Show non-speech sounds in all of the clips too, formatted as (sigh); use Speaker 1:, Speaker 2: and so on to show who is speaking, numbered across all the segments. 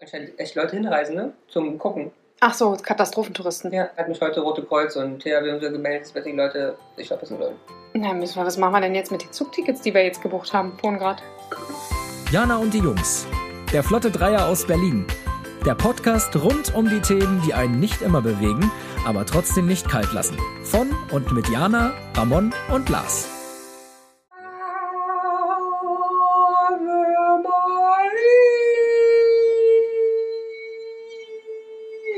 Speaker 1: wahrscheinlich echt Leute hinreisen, ne? Zum Gucken.
Speaker 2: Ach so, Katastrophentouristen.
Speaker 1: Ja, hat mich heute Rote Kreuz und THW so gemeldet, dass die Leute sich verpassen sollen.
Speaker 2: Na, müssen wir, was machen wir denn jetzt mit den Zugtickets, die wir jetzt gebucht haben? Pohngrad.
Speaker 3: Jana und die Jungs. Der Flotte Dreier aus Berlin. Der Podcast rund um die Themen, die einen nicht immer bewegen, aber trotzdem nicht kalt lassen. Von und mit Jana, Ramon und Lars.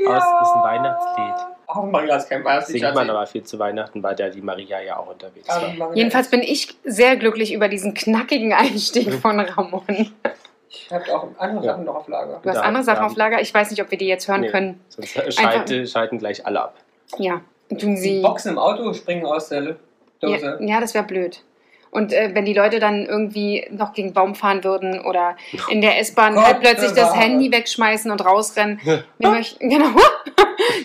Speaker 4: Aus ist ein Weihnachtslied.
Speaker 1: Ave Maria ist kein Mars.
Speaker 4: Singt man aber viel zu Weihnachten, weil da die Maria ja auch unterwegs
Speaker 2: Ähm,
Speaker 1: Also,
Speaker 4: war.
Speaker 2: Jedenfalls bin ich sehr glücklich über diesen knackigen Einstieg von Ramon.
Speaker 1: Ich habe auch andere
Speaker 4: Ja.
Speaker 1: Sachen noch auf Lager.
Speaker 2: Du hast
Speaker 4: Da,
Speaker 2: andere Sachen
Speaker 4: da.
Speaker 2: auf Lager. Ich weiß nicht, ob wir die jetzt hören
Speaker 4: Nee.
Speaker 2: können.
Speaker 4: Sonst schalten, schalten gleich alle ab.
Speaker 2: Ja, tun
Speaker 1: Die
Speaker 2: sie.
Speaker 1: Boxen im Auto springen aus der
Speaker 2: Ja,
Speaker 1: Dose.
Speaker 2: ja, das wäre blöd. Und äh, wenn die Leute dann irgendwie noch gegen Baum fahren würden
Speaker 1: (laughs)
Speaker 2: oder in der S-Bahn
Speaker 1: Gott Ah.
Speaker 2: halt plötzlich das
Speaker 1: bewahre.
Speaker 2: Handy wegschmeißen und rausrennen. Wir möchten, (laughs) genau.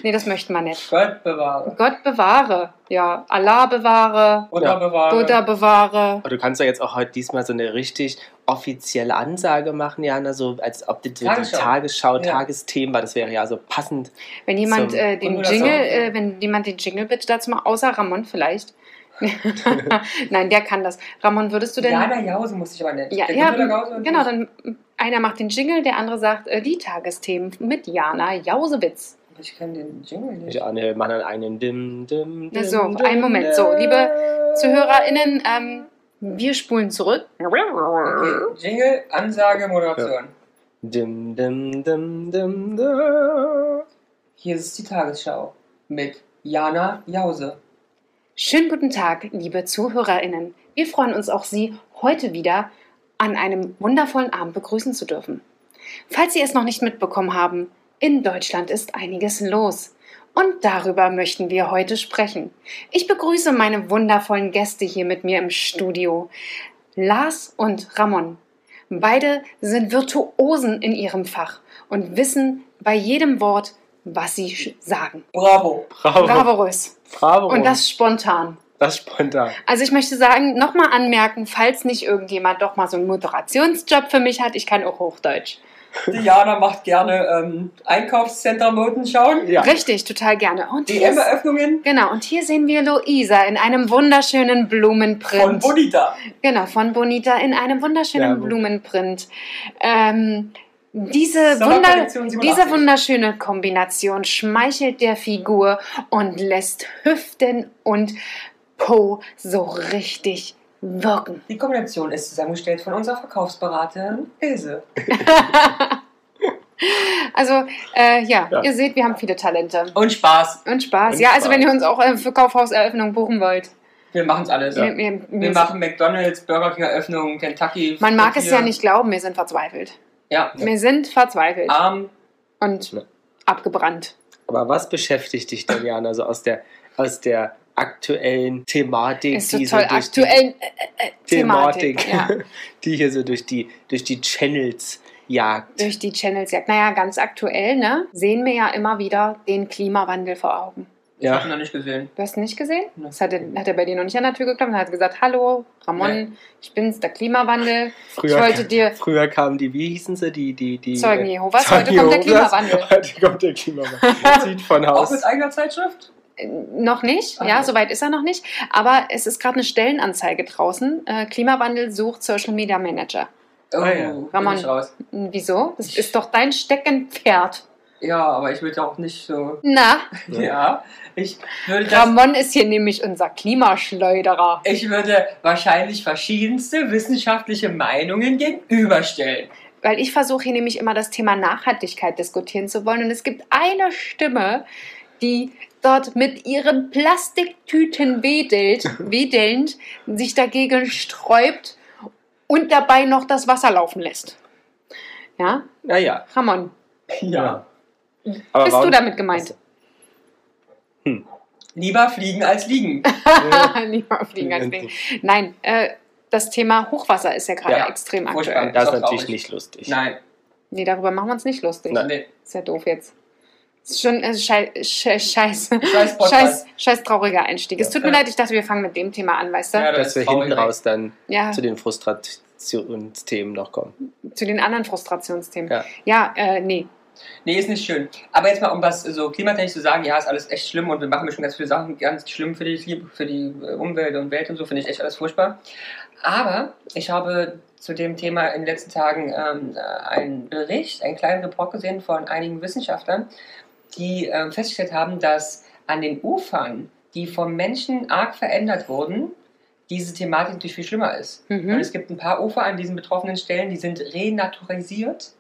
Speaker 2: nee, das möchten wir nicht.
Speaker 1: Gott bewahre.
Speaker 2: Gott bewahre. Ja, Allah bewahre,
Speaker 1: Buddha
Speaker 4: Ja.
Speaker 1: bewahre.
Speaker 2: Buddha bewahre.
Speaker 4: Aber du kannst ja jetzt auch heute diesmal so eine richtig offizielle Ansage machen, Jana, so als ob das so die
Speaker 1: Tagesschau.
Speaker 4: Tagesschau,
Speaker 1: Ja.
Speaker 4: Tagesthema, das wäre ja so passend.
Speaker 2: Wenn jemand
Speaker 4: Zum-
Speaker 2: äh, den
Speaker 1: Oder so.
Speaker 2: Jingle, äh, wenn jemand den Jingle bitte dazu macht, außer Ramon vielleicht. Nein, der kann das. Ramon, würdest du denn?
Speaker 1: Jana Jause muss ich aber nennen.
Speaker 2: Ja,
Speaker 1: Der
Speaker 2: ja,
Speaker 1: Gründer Jause und
Speaker 2: genau,
Speaker 1: ich.
Speaker 2: dann einer macht den Jingle, der andere sagt äh, die Tagesthemen mit Jana Jausewitz.
Speaker 1: Ich kenne den Jingle nicht.
Speaker 4: Ich ahne, wir machen dann einen Dim, Dim,
Speaker 2: Na
Speaker 4: Dim.
Speaker 2: so, einen Moment. So, liebe ZuhörerInnen, ähm, wir spulen zurück. Äh.
Speaker 1: Okay. Jingle, Ansage, Moderation.
Speaker 4: Dim, Dim, Dim, Dim, Dim.
Speaker 1: Hier ist die Tagesschau mit Jana Jause.
Speaker 2: Schönen guten Tag, liebe ZuhörerInnen. Wir freuen uns auch Sie heute wieder an einem wundervollen Abend begrüßen zu dürfen. Falls Sie es noch nicht mitbekommen haben, in Deutschland ist einiges los. Und darüber möchten wir heute sprechen. Ich begrüße meine wundervollen Gäste hier mit mir im Studio, Lars und Ramon. Beide sind Virtuosen in ihrem Fach und wissen bei jedem Wort, was sie sch- sagen.
Speaker 1: Bravo.
Speaker 4: Bravo. Bravo.
Speaker 2: Bravourös.
Speaker 4: Bravo.
Speaker 2: Und das spontan.
Speaker 4: das spontan.
Speaker 2: Also ich möchte sagen, nochmal anmerken, falls nicht irgendjemand doch mal so einen Moderationsjob für mich hat, ich kann auch Hochdeutsch.
Speaker 1: Die Jana macht gerne ähm, Einkaufszentermoten schauen.
Speaker 4: Ja.
Speaker 2: Richtig, total gerne. Und hier, ist,
Speaker 1: DM-Eröffnungen
Speaker 2: genau, und hier sehen wir Luisa in einem wunderschönen Blumenprint.
Speaker 1: von Bonita.
Speaker 2: Genau, von Bonita in einem wunderschönen
Speaker 4: Werbung.
Speaker 2: Blumenprint. Ähm, diese, Wunder,
Speaker 1: Sommerkollektion 87.
Speaker 2: diese wunderschöne Kombination schmeichelt der Figur und lässt Hüften und Po so richtig wirken.
Speaker 1: Die Kombination ist zusammengestellt von unserer Verkaufsberaterin Ilse.
Speaker 2: Also, äh, ja,
Speaker 4: Ja.
Speaker 2: ihr seht, wir haben viele Talente.
Speaker 1: Und Spaß.
Speaker 2: Und Spaß.
Speaker 4: Und
Speaker 2: ja, also
Speaker 4: Spaß.
Speaker 2: wenn ihr uns auch äh, für Kaufhauseröffnung buchen wollt.
Speaker 1: Wir machen's alles.
Speaker 2: Mir, mir,
Speaker 1: Wir
Speaker 2: mir
Speaker 1: machen McDonalds, Burger King Eröffnungen, Kentucky.
Speaker 2: man mag es
Speaker 1: Frontier.
Speaker 2: ja nicht glauben, wir sind verzweifelt.
Speaker 1: Ja.
Speaker 2: Wir sind verzweifelt
Speaker 1: Arm.
Speaker 2: und
Speaker 4: Ja.
Speaker 2: abgebrannt.
Speaker 4: Aber was beschäftigt dich denn, Jana, so aus der, aus der aktuellen Thematik,
Speaker 2: Ist so
Speaker 4: so
Speaker 2: toll
Speaker 4: durch die
Speaker 2: aktuell äh, äh, Thematik.
Speaker 4: Thematik, (laughs)
Speaker 2: Ja,
Speaker 4: die hier so durch die, durch die Channels jagt?
Speaker 2: durch die Channels jagt. Naja, ganz aktuell ne, sehen wir ja immer wieder den Klimawandel vor Augen.
Speaker 1: Ich hab
Speaker 4: Ja.
Speaker 1: ihn noch nicht gesehen.
Speaker 2: Du hast ihn nicht gesehen?
Speaker 1: Nee.
Speaker 2: Das hat, er- hat er bei dir noch nicht an der Tür geklappt und hat gesagt, hallo, Ramon, ich bin's, der Klimawandel. Ich
Speaker 4: Früher, (laughs)
Speaker 2: wollte dir
Speaker 4: früher kamen die, wie hießen sie, die, die, die
Speaker 2: Zeugen
Speaker 4: äh,
Speaker 2: Jehovas,
Speaker 4: Zeugen
Speaker 2: heute kommt der
Speaker 4: Jehovas.
Speaker 2: Klimawandel.
Speaker 4: (laughs) Heute kommt der Klimawandel. Zieht von
Speaker 1: Auch mit
Speaker 4: Haus.
Speaker 1: eigener Zeitschrift?
Speaker 2: Äh, Noch nicht,
Speaker 1: Ah,
Speaker 2: ja,
Speaker 1: ja.
Speaker 2: soweit ist er noch nicht. Aber es ist gerade eine Stellenanzeige draußen. Äh, Klimawandel sucht Social Media Manager.
Speaker 1: Oh,
Speaker 4: Ah, ja.
Speaker 1: bin
Speaker 2: Ramon.
Speaker 1: ich raus.
Speaker 2: Hm, Wieso? Das ist doch dein Steckenpferd.
Speaker 1: Ja, aber ich würde auch nicht so.
Speaker 2: Na,
Speaker 4: Ja.
Speaker 1: Ja. Ich würde das.
Speaker 2: Ramon ist hier nämlich unser Klimaschleuderer.
Speaker 1: Ich würde wahrscheinlich verschiedenste wissenschaftliche Meinungen gegenüberstellen.
Speaker 2: Weil ich versuche hier nämlich immer das Thema Nachhaltigkeit diskutieren zu wollen. Und es gibt eine Stimme, die dort mit ihren Plastiktüten wedelt,
Speaker 4: (laughs)
Speaker 2: wedelnd sich dagegen sträubt und dabei noch das Wasser laufen lässt. Ja,
Speaker 4: Naja.
Speaker 2: Ramon,
Speaker 4: Ja. Aber
Speaker 2: bist
Speaker 4: warum-
Speaker 2: du damit gemeint?
Speaker 1: Lieber fliegen als liegen.
Speaker 2: (laughs) Lieber
Speaker 4: Hm,
Speaker 2: fliegen als fliegen. Nein, äh, das Thema Hochwasser ist ja gerade
Speaker 1: Ja,
Speaker 2: extrem
Speaker 1: furchtbar.
Speaker 2: aktuell.
Speaker 4: Das
Speaker 1: Ist
Speaker 4: ist
Speaker 1: doch
Speaker 4: natürlich
Speaker 1: traurig.
Speaker 4: nicht lustig.
Speaker 1: Nein.
Speaker 2: Nee, darüber machen wir uns nicht lustig.
Speaker 4: Nein.
Speaker 1: Nee.
Speaker 2: Ist ja doof jetzt. Ist schon äh, schei sche scheiß,
Speaker 1: Scheiß Podcast.
Speaker 2: scheiß, scheiß trauriger Einstieg. Es tut mir
Speaker 1: Ja.
Speaker 2: leid, ich dachte, wir fangen mit dem Thema an, weißt du?
Speaker 1: Ja,
Speaker 2: Ja,
Speaker 4: Dass wir
Speaker 1: ist traurig,
Speaker 4: hinten
Speaker 1: ey.
Speaker 4: raus dann zu den Frustrationsthemen noch kommen.
Speaker 2: zu den anderen Frustrationsthemen.
Speaker 4: Ja.
Speaker 2: Ja, äh, nee,
Speaker 1: Nee, ist nicht schön. Aber jetzt mal, um was so klimatechnisch zu sagen, ja, ist alles echt schlimm und wir machen bestimmt ganz viele Sachen ganz schlimm für die, für die äh, Umwelt und Welt und so, finde ich echt alles furchtbar. Aber ich habe zu dem Thema in den letzten Tagen ähm, äh, einen Bericht, einen kleinen Report gesehen von einigen Wissenschaftlern, die ähm, festgestellt haben, dass an den Ufern, die vom Menschen arg verändert wurden, diese Thematik natürlich viel schlimmer ist. Und
Speaker 2: Mhm.
Speaker 1: es gibt ein paar Ufer an diesen betroffenen Stellen, die sind renaturalisiert.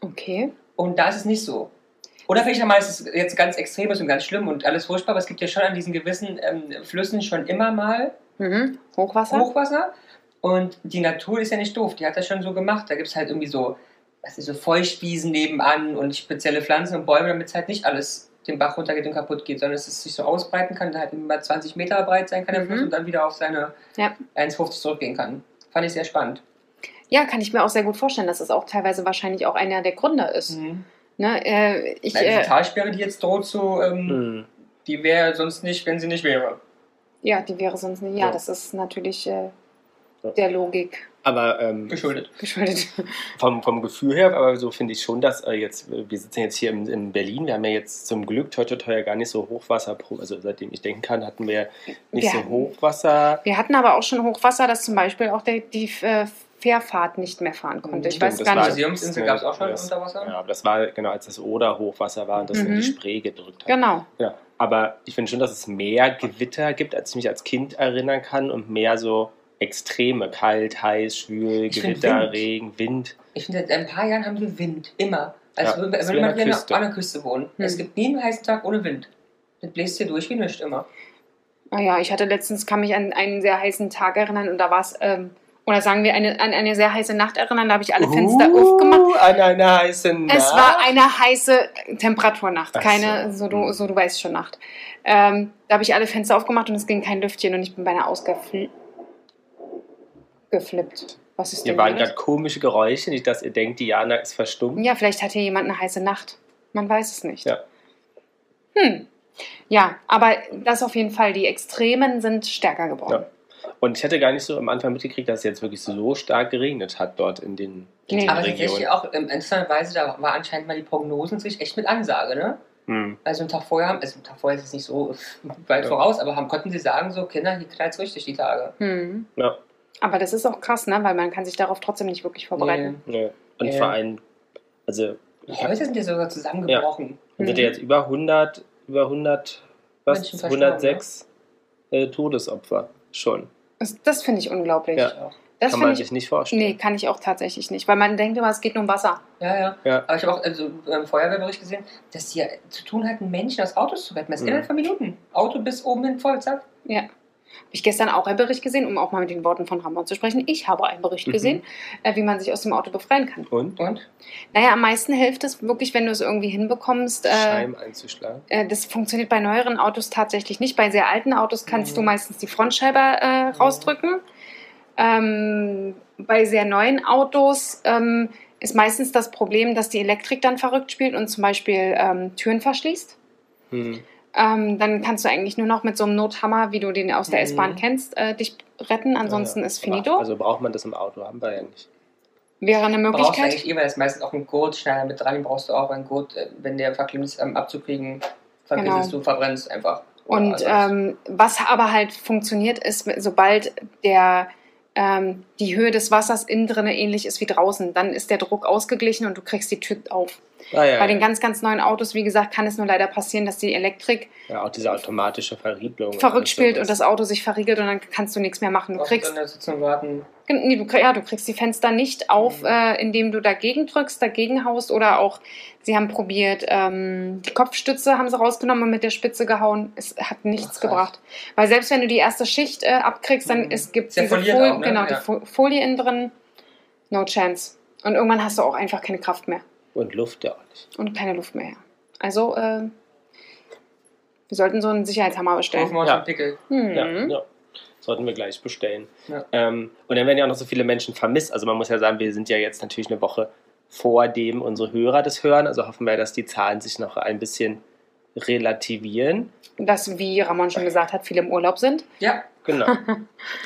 Speaker 2: Okay.
Speaker 1: Und da ist es nicht so. Oder vielleicht einmal ist es jetzt ganz extrem ist und ganz schlimm und alles furchtbar, aber es gibt ja schon an diesen gewissen ähm, Flüssen schon immer mal
Speaker 2: Mhm. Hochwasser?
Speaker 1: Hochwasser. Und die Natur ist ja nicht doof, die hat das schon so gemacht. Da gibt es halt irgendwie so, was ist so Feuchtwiesen nebenan und spezielle Pflanzen und Bäume, damit es halt nicht alles den Bach runtergeht und kaputt geht, sondern dass es sich so ausbreiten kann, da halt irgendwie mal 20 Meter breit sein kann der
Speaker 2: Mhm.
Speaker 1: Fluss und dann wieder auf seine
Speaker 2: Ja.
Speaker 1: 1,50 zurückgehen kann. Fand ich sehr spannend.
Speaker 2: Ja, kann ich mir auch sehr gut vorstellen, dass es auch teilweise wahrscheinlich auch einer der Gründe ist.
Speaker 1: Mhm.
Speaker 2: Ne? Äh, ich,
Speaker 1: Also die
Speaker 2: äh,
Speaker 1: Talsperre, die jetzt droht, so, ähm,
Speaker 4: Hm.
Speaker 1: die wäre sonst nicht, wenn sie nicht wäre.
Speaker 2: ja, die wäre sonst nicht. Ja,
Speaker 4: Ja.
Speaker 2: das ist natürlich äh,
Speaker 4: Ja.
Speaker 2: der Logik
Speaker 4: Aber ähm,
Speaker 1: geschuldet.
Speaker 2: geschuldet.
Speaker 4: vom, vom Gefühl her, aber so finde ich schon, dass äh, jetzt, wir sitzen jetzt hier in, in Berlin, wir haben ja jetzt zum Glück toi toi toi ja gar nicht so Hochwasser, pro- also seitdem ich denken kann, hatten wir nicht
Speaker 2: Wir
Speaker 4: so
Speaker 2: hatten-
Speaker 4: Hochwasser.
Speaker 2: Wir hatten aber auch schon Hochwasser, dass zum Beispiel auch der, die äh, Fährfahrt nicht mehr fahren konnte. Ich
Speaker 4: Mhm, Stimmt,
Speaker 2: weiß
Speaker 4: das
Speaker 2: gar
Speaker 4: war-
Speaker 2: nicht.
Speaker 1: Museumsinsel gab es auch schon
Speaker 4: das-
Speaker 1: unter Wasser.
Speaker 4: Ja, aber das war genau, als das Oder-Hochwasser war und das in
Speaker 2: Mhm.
Speaker 4: die Spree gedrückt hat.
Speaker 2: Genau.
Speaker 4: Ja, aber ich finde schon, dass es mehr Gewitter gibt, als ich mich als Kind erinnern kann und mehr so extreme, kalt, heiß, schwül,
Speaker 1: Ich find
Speaker 4: Gewitter,
Speaker 1: Wind.
Speaker 4: Regen, Wind.
Speaker 1: Ich finde, seit ein paar Jahren haben wir Wind. Immer. Als
Speaker 4: Ja,
Speaker 1: würden wir
Speaker 4: ist
Speaker 1: wenn
Speaker 4: wie
Speaker 1: wir
Speaker 4: an
Speaker 1: mal
Speaker 4: der
Speaker 1: hier
Speaker 4: Küste.
Speaker 1: an der Küste wohnen.
Speaker 2: Hm.
Speaker 1: Es gibt nie einen heißen Tag ohne Wind. Das bläst hier durch wie nichts immer.
Speaker 2: Naja, Ah ich hatte letztens, kann mich an einen sehr heißen Tag erinnern und da war es, ähm, oder sagen wir, eine, an eine sehr heiße Nacht erinnern, da habe ich alle Fenster aufgemacht.
Speaker 4: Uh, An einer heißen Nacht.
Speaker 2: Es war eine heiße Temperaturnacht,
Speaker 4: Ach
Speaker 2: keine,
Speaker 4: so. Hm.
Speaker 2: so, du, so du weißt schon Nacht. Ähm, da habe ich alle Fenster aufgemacht und es ging kein Lüftchen und ich bin beinahe ausgeflippt. Was ist
Speaker 4: Hier
Speaker 2: denn
Speaker 4: waren
Speaker 2: los?
Speaker 4: gerade komische Geräusche, nicht, dass ihr denkt, Diana ist verstummt.
Speaker 2: Ja, vielleicht hatte jemand eine heiße Nacht. Man weiß es nicht.
Speaker 4: Ja.
Speaker 2: Hm. Ja, aber das auf jeden Fall. Die Extremen sind stärker geworden.
Speaker 4: Und ich hätte gar nicht so am Anfang mitgekriegt, dass es jetzt wirklich so stark geregnet hat dort in den, in
Speaker 2: Nee.
Speaker 4: den
Speaker 1: Aber
Speaker 4: Regionen.
Speaker 1: tatsächlich auch, ähm, interessanterweise, da war anscheinend mal die Prognosen sich echt mit Ansage, ne?
Speaker 4: Hm.
Speaker 1: Also einen Tag vorher haben, also einen Tag vorher ist es nicht so (laughs) weit
Speaker 4: Ja.
Speaker 1: voraus, aber haben, konnten sie sagen, so, Kinder, hier knallt richtig die Tage.
Speaker 2: Hm.
Speaker 4: Ja.
Speaker 2: Aber das ist auch krass, ne? weil man kann sich darauf trotzdem nicht wirklich vorbereiten.
Speaker 4: Ja. Und
Speaker 1: Ja.
Speaker 4: vor allem, also
Speaker 1: Die Häuser sind ja sogar zusammengebrochen.
Speaker 4: Dann sind
Speaker 2: Mhm.
Speaker 4: ja jetzt über 100, über 100, was,
Speaker 1: Menschen verstorben,
Speaker 4: 106 äh, Todesopfer schon.
Speaker 2: Das, das finde ich unglaublich.
Speaker 4: Ja.
Speaker 1: Ja.
Speaker 2: Das
Speaker 4: Kann man
Speaker 2: finde
Speaker 4: sich
Speaker 2: ich.
Speaker 4: nicht vorstellen.
Speaker 2: Nee, kann ich auch tatsächlich nicht, weil man denkt immer, es geht nur um Wasser.
Speaker 1: Ja, ja.
Speaker 4: Ja.
Speaker 1: Aber ich habe auch also, im Feuerwehrbericht gesehen, dass die ja zu tun hatten, Menschen aus Autos zu retten. Das ist
Speaker 4: Mhm.
Speaker 1: innerhalb von Minuten. Auto bis oben hin voll, zack.
Speaker 2: Ja. Habe ich gestern auch einen Bericht gesehen, um auch mal mit den Worten von Ramon zu sprechen. Ich habe einen Bericht
Speaker 4: Mhm.
Speaker 2: gesehen, äh, wie man sich aus dem Auto befreien kann.
Speaker 4: Und?
Speaker 1: Und?
Speaker 2: Naja, am meisten hilft es wirklich, wenn du es irgendwie hinbekommst. Äh,
Speaker 4: Scheiben einzuschlagen.
Speaker 2: Äh, das funktioniert bei neueren Autos tatsächlich nicht. Bei sehr alten Autos kannst
Speaker 1: Mhm.
Speaker 2: du meistens die Frontscheibe äh, rausdrücken. Ähm, bei sehr neuen Autos ähm, ist meistens das Problem, dass die Elektrik dann verrückt spielt und zum Beispiel ähm, Türen verschließt.
Speaker 4: Hm.
Speaker 2: Ähm, dann kannst du eigentlich nur noch mit so einem Nothammer, wie du den aus der
Speaker 1: Mhm.
Speaker 2: S-Bahn kennst, äh, dich retten. Ansonsten
Speaker 4: Ja, ja.
Speaker 2: ist finito.
Speaker 4: Also braucht man das im Auto, haben wir ja nicht.
Speaker 2: Wäre eine
Speaker 1: brauchst du
Speaker 2: Möglichkeit.
Speaker 1: eigentlich eh, weil das meistens auch ein Gurtschneider mit dran den brauchst du auch, weil ein Gurt, äh, wenn der verklebt ist, am abzukriegen, vergiss
Speaker 2: Genau.
Speaker 1: es, du verbrennst einfach.
Speaker 2: Und
Speaker 1: Ja, also
Speaker 2: ähm, was aber halt funktioniert, ist, sobald der, ähm, die Höhe des Wassers innen drin ähnlich ist wie draußen, dann ist der Druck ausgeglichen und du kriegst die Tür auf.
Speaker 4: Ah, ja,
Speaker 2: Bei den
Speaker 4: ja.
Speaker 2: ganz, ganz neuen Autos, wie gesagt, kann es nur leider passieren, dass die Elektrik
Speaker 4: ja, auch diese automatische Verriegelung.
Speaker 2: verrückt spielt und das
Speaker 4: auch.
Speaker 2: Auto sich verriegelt und dann kannst du nichts mehr machen. Du
Speaker 1: auch
Speaker 2: kriegst,
Speaker 1: in der Sitzung warten.
Speaker 2: gen- nee, du, krie- ja, du kriegst die Fenster nicht auf,
Speaker 1: Mhm.
Speaker 2: äh, indem du dagegen drückst, dagegen haust oder auch, sie haben probiert, ähm, die Kopfstütze haben sie rausgenommen und mit der Spitze gehauen. Es hat nichts
Speaker 1: Ach, krass.
Speaker 2: gebracht. Weil selbst wenn du die erste Schicht äh, abkriegst, dann
Speaker 1: Mhm.
Speaker 2: es gibt
Speaker 1: Ist ja foliert
Speaker 2: Fol-
Speaker 1: auch, ne?
Speaker 2: genau,
Speaker 1: Ja.
Speaker 2: die Fo- Folie innen drin, no chance. Und irgendwann hast du auch einfach keine Kraft mehr
Speaker 4: Und Luft ja auch nicht.
Speaker 2: und keine Luft mehr. Also, äh, wir sollten so einen Sicherheitshammer
Speaker 1: Rufen
Speaker 2: bestellen.
Speaker 1: wir uns
Speaker 4: Ja.
Speaker 1: einen Pickel.
Speaker 2: Hm.
Speaker 4: Ja, ja. Sollten wir gleich bestellen.
Speaker 1: Ja.
Speaker 4: Ähm, und dann werden ja auch noch so viele Menschen vermisst. Also man muss ja sagen, wir sind ja jetzt natürlich eine Woche vor dem unsere Hörer das hören. Also hoffen wir, dass die Zahlen sich noch ein bisschen relativieren.
Speaker 2: Dass, wie Ramon schon gesagt hat, viele im Urlaub sind.
Speaker 1: Ja,
Speaker 2: (laughs)
Speaker 4: Genau.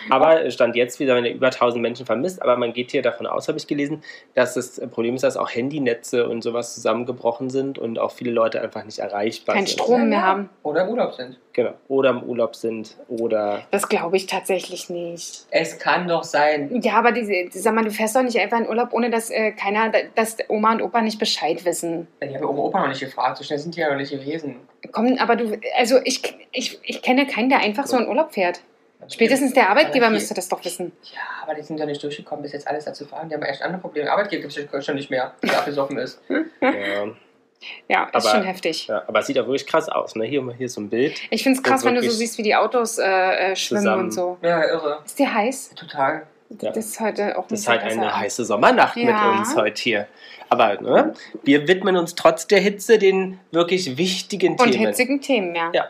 Speaker 4: Aber Stand jetzt, wieder wenn er über 1000 Menschen vermisst, aber man geht hier davon aus, habe ich gelesen, dass das Problem ist, dass auch Handynetze und sowas zusammengebrochen sind und auch viele Leute einfach nicht erreichbar
Speaker 2: keinen
Speaker 4: sind.
Speaker 2: Strom mehr haben.
Speaker 1: Oder im Urlaub sind.
Speaker 4: Genau. Oder im Urlaub sind
Speaker 2: (laughs)
Speaker 4: oder.
Speaker 2: Das glaube ich tatsächlich nicht.
Speaker 1: Es kann doch sein.
Speaker 2: Ja, aber diese, sag mal, du fährst doch nicht einfach in Urlaub, ohne dass äh, keiner, dass Oma und Opa nicht Bescheid wissen.
Speaker 1: Ich habe Oma und Opa noch nicht gefragt, so schnell sind die ja noch nicht gewesen.
Speaker 2: Komm, aber du, also ich, ich, ich kenne keinen, der einfach so in Urlaub fährt. Spätestens der Arbeitgeber
Speaker 1: Aber die-
Speaker 2: müsste das doch wissen.
Speaker 1: Ja, aber die sind ja nicht durchgekommen, bis jetzt alles dazu fahren. Die haben echt andere Probleme. Arbeitgeber gibt es schon nicht mehr, der abgesoffen ist.
Speaker 4: ja.
Speaker 2: Ja, ist
Speaker 4: Aber-
Speaker 2: schon heftig.
Speaker 4: Ja, aber es sieht auch wirklich krass aus. Ne? Hier, hier ist so ein Bild.
Speaker 2: Ich finde es krass,
Speaker 4: Und
Speaker 2: wenn du so
Speaker 4: wirklich
Speaker 2: siehst, wie die Autos äh, äh, schwimmen
Speaker 4: zusammen.
Speaker 2: und so.
Speaker 1: Ja, irre.
Speaker 2: Ist dir heiß?
Speaker 1: Total.
Speaker 4: Ja.
Speaker 2: Das ist heute auch
Speaker 4: Das ist
Speaker 2: so
Speaker 4: halt
Speaker 2: besser.
Speaker 4: eine heiße Sommernacht
Speaker 2: Ja.
Speaker 4: mit uns heute hier. Aber ne, wir widmen uns trotz der Hitze den wirklich wichtigen
Speaker 2: Und
Speaker 4: Themen.
Speaker 2: hitzigen Themen, ja.
Speaker 4: Ja.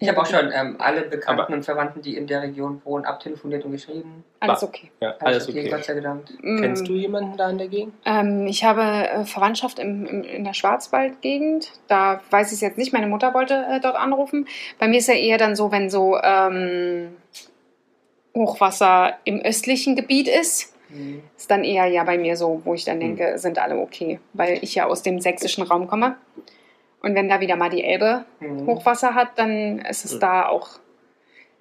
Speaker 1: Ich habe auch schon ähm, alle Bekannten
Speaker 4: Aber-
Speaker 1: und Verwandten, die in der Region wohnen, abtelefoniert und geschrieben.
Speaker 2: Alles okay.
Speaker 4: Ja,
Speaker 1: Alles
Speaker 4: alles okay.
Speaker 1: Gott sei Dank.
Speaker 2: Mm.
Speaker 4: Kennst du jemanden da in der Gegend?
Speaker 2: Ähm, ich habe äh, Verwandtschaft im, im, in der Schwarzwaldgegend. Da weiß ich es jetzt nicht. Meine Mutter wollte äh, dort anrufen. Bei mir ist ja eher dann so, wenn so ähm, Hochwasser im östlichen Gebiet ist.
Speaker 1: Mhm.
Speaker 2: Ist dann eher ja bei mir so, wo ich dann denke, sind alle okay, weil ich ja aus dem sächsischen Raum komme. Und wenn da wieder mal die Elbe
Speaker 1: Mhm.
Speaker 2: Hochwasser hat, dann ist es
Speaker 4: Mhm.
Speaker 2: da auch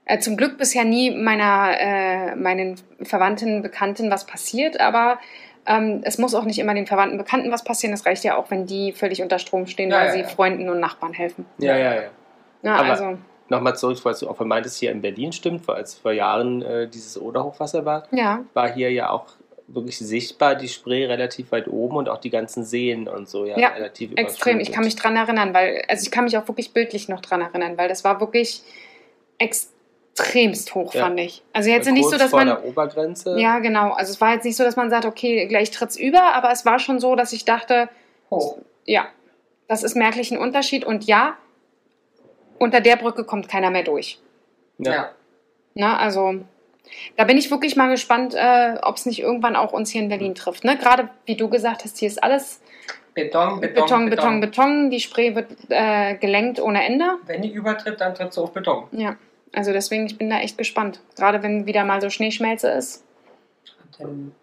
Speaker 2: äh, zum Glück bisher nie meiner, äh, meinen Verwandten, Bekannten was passiert, aber ähm, es muss auch nicht immer den Verwandten, Bekannten was passieren. Es reicht ja auch, wenn die völlig unter Strom stehen,
Speaker 1: Ja,
Speaker 2: weil
Speaker 1: ja,
Speaker 2: sie
Speaker 1: ja.
Speaker 2: Freunden und Nachbarn helfen.
Speaker 1: Ja, ja,
Speaker 4: ja.
Speaker 2: Ja,
Speaker 4: Aber-
Speaker 2: also,
Speaker 4: Nochmal zurück, weil du auch vermeintest, hier in Berlin stimmt, weil als vor Jahren äh, dieses Oderhochwasser war,
Speaker 2: ja,
Speaker 4: war hier ja auch wirklich sichtbar die Spree relativ weit oben und auch die ganzen Seen und so ja,
Speaker 2: Ja,
Speaker 4: relativ
Speaker 2: extrem. Ich kann mich dran erinnern, weil, also ich kann mich auch wirklich bildlich noch dran erinnern, weil das war wirklich extremst hoch,
Speaker 4: Ja.
Speaker 2: fand ich. Also jetzt
Speaker 4: Kurz
Speaker 2: nicht so, dass
Speaker 4: vor
Speaker 2: man.
Speaker 4: der Obergrenze.
Speaker 2: Ja, genau. Also es war jetzt nicht so, dass man sagt, okay, gleich tritt's über, aber es war schon so, dass ich dachte,
Speaker 1: Hoch.
Speaker 2: Ja, das ist merklich ein Unterschied. Und ja, unter der Brücke kommt keiner mehr durch.
Speaker 1: Ja.
Speaker 4: Ja.
Speaker 2: Ne? Also da bin ich wirklich mal gespannt, äh, ob es nicht irgendwann auch uns hier in Berlin trifft. Ne? Gerade wie du gesagt hast, hier ist alles
Speaker 1: Beton, Beton,
Speaker 2: Beton, Beton, Beton. Die Spree wird äh, gelenkt ohne Ende.
Speaker 1: Wenn die übertritt, dann tritt sie auf Beton.
Speaker 2: Ja, also deswegen, ich bin da echt gespannt. Gerade wenn wieder mal so Schneeschmelze ist.
Speaker 1: Dann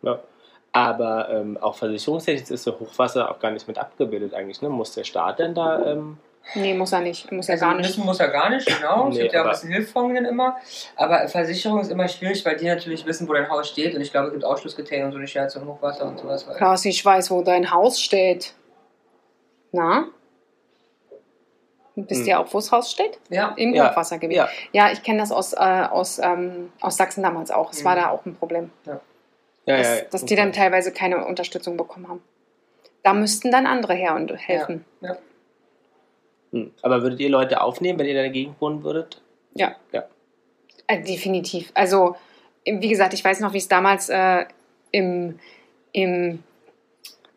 Speaker 4: Aber ähm, auch versicherungstechnisch ist so Hochwasser auch gar nicht mit abgebildet eigentlich. Ne? Muss der Staat denn da ähm,
Speaker 2: Nee, muss er nicht. Muss er
Speaker 1: also
Speaker 2: gar nicht.
Speaker 1: müssen muss ja gar nicht, genau. es
Speaker 4: Nee,
Speaker 1: gibt ja ein
Speaker 4: aber-
Speaker 1: bisschen Hilfsfonds dann immer. Aber Versicherung ist immer schwierig, weil die natürlich wissen, wo dein Haus steht. Und ich glaube, es gibt Ausschlusskriterien und so eine Scherze und Hochwasser und sowas. Weil
Speaker 2: Klaus, ich weiß, wo dein Haus steht. Na? Wisst
Speaker 4: Hm.
Speaker 2: ihr auch, wo das Haus steht?
Speaker 1: Ja,
Speaker 2: Im
Speaker 4: Ja,
Speaker 2: Hochwassergebiet.
Speaker 4: ja,
Speaker 2: Ja, ich kenne das aus, äh, aus, ähm, aus Sachsen damals auch. Es
Speaker 1: Mhm.
Speaker 2: war da auch ein Problem,
Speaker 4: ja,
Speaker 2: dass,
Speaker 4: ja,
Speaker 2: dass die dann
Speaker 4: okay.
Speaker 2: teilweise keine Unterstützung bekommen haben. Da müssten dann andere her und helfen.
Speaker 4: Hm. Aber würdet ihr Leute aufnehmen, wenn ihr in der Gegend wohnen würdet?
Speaker 2: Äh, definitiv. Also, wie gesagt, ich weiß noch, wie es damals äh, im, im,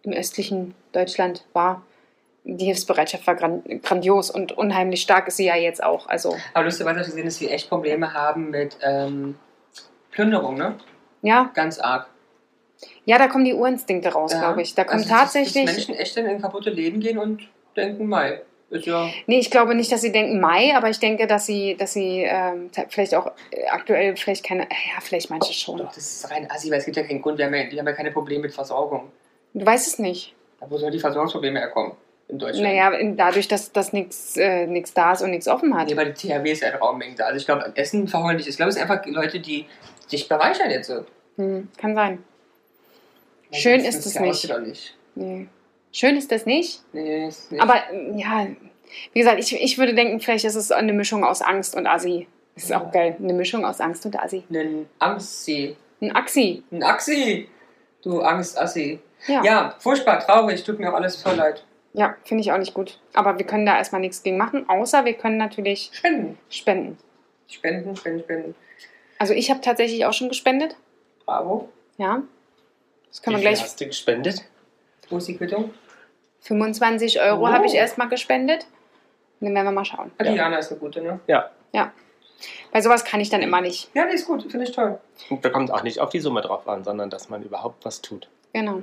Speaker 2: im östlichen Deutschland war. Die Hilfsbereitschaft war gran grandios und unheimlich stark ist sie ja jetzt auch. Also,
Speaker 1: Aber lustigerweise habe ich gesehen, dass wir echt Probleme haben mit ähm, Plünderung, ne?
Speaker 2: ja,
Speaker 1: Ganz arg.
Speaker 2: ja, da kommen die Urinstinkte raus,
Speaker 1: Ja.
Speaker 2: glaube ich. Da kommt
Speaker 1: Also, dass-
Speaker 2: tatsächlich.
Speaker 1: Dass Menschen echt dann in kaputte Läden gehen und denken, Mai, ist ja.
Speaker 2: Nee, ich glaube nicht, dass sie denken Mai, aber ich denke, dass sie, dass sie ähm, te- vielleicht auch äh, aktuell vielleicht keine, äh, ja, vielleicht manche schon.
Speaker 1: Doch, das ist rein assi, weil es gibt ja keinen Grund. Die haben ja, die haben ja keine Probleme mit Versorgung.
Speaker 2: Du weißt es nicht.
Speaker 1: Wo sollen die Versorgungsprobleme herkommen? In Deutschland.
Speaker 2: Naja, in- dadurch, dass, dass nichts äh, nix da ist und nichts offen hat.
Speaker 1: Nee, aber die THW ist ein Raummenge da. Also ich glaube, Essen verheulen nicht. Ich glaube, es sind einfach Leute, die sich bereichern jetzt. so.
Speaker 2: Hm, kann sein. Schön
Speaker 1: Das
Speaker 2: ist es
Speaker 1: ja
Speaker 2: nicht.
Speaker 1: aussieht auch nicht.
Speaker 2: Nee. Schön ist das nicht,
Speaker 1: Nee, ist nicht.
Speaker 2: aber ähm, ja, wie gesagt, ich, ich würde denken, vielleicht ist es eine Mischung aus Angst und Assi. Das ist
Speaker 1: Ja.
Speaker 2: auch geil, eine Mischung aus Angst und Assi.
Speaker 1: Ein Angstsee.
Speaker 2: Ein Axi,
Speaker 1: Ein Axi. Du Angstassi.
Speaker 2: ja.
Speaker 1: Ja.
Speaker 2: Ja,
Speaker 1: ja, furchtbar, traurig. Tut mir auch alles voll leid.
Speaker 2: finde ich auch nicht gut. Aber wir können da erstmal nichts gegen machen, außer wir können natürlich
Speaker 1: Spenden.
Speaker 2: spenden.
Speaker 1: Spenden, spenden, spenden.
Speaker 2: Also ich habe tatsächlich auch schon gespendet.
Speaker 1: Bravo.
Speaker 2: Ja. Das können wir
Speaker 4: Wie viel
Speaker 2: gleich.
Speaker 4: Hast du gespendet?
Speaker 1: Wo ist die Quittung?
Speaker 2: 25 Euro
Speaker 1: Oh.
Speaker 2: habe ich erstmal gespendet. Und dann werden wir mal schauen.
Speaker 1: Ah, die
Speaker 4: Ja.
Speaker 1: Jana ist eine gute, ne?
Speaker 4: Ja.
Speaker 2: Bei sowas kann ich dann immer nicht.
Speaker 1: Ja, die ist gut. Finde ich toll.
Speaker 4: Und da kommt auch nicht auf die Summe drauf an, sondern dass man überhaupt was tut.
Speaker 2: Genau.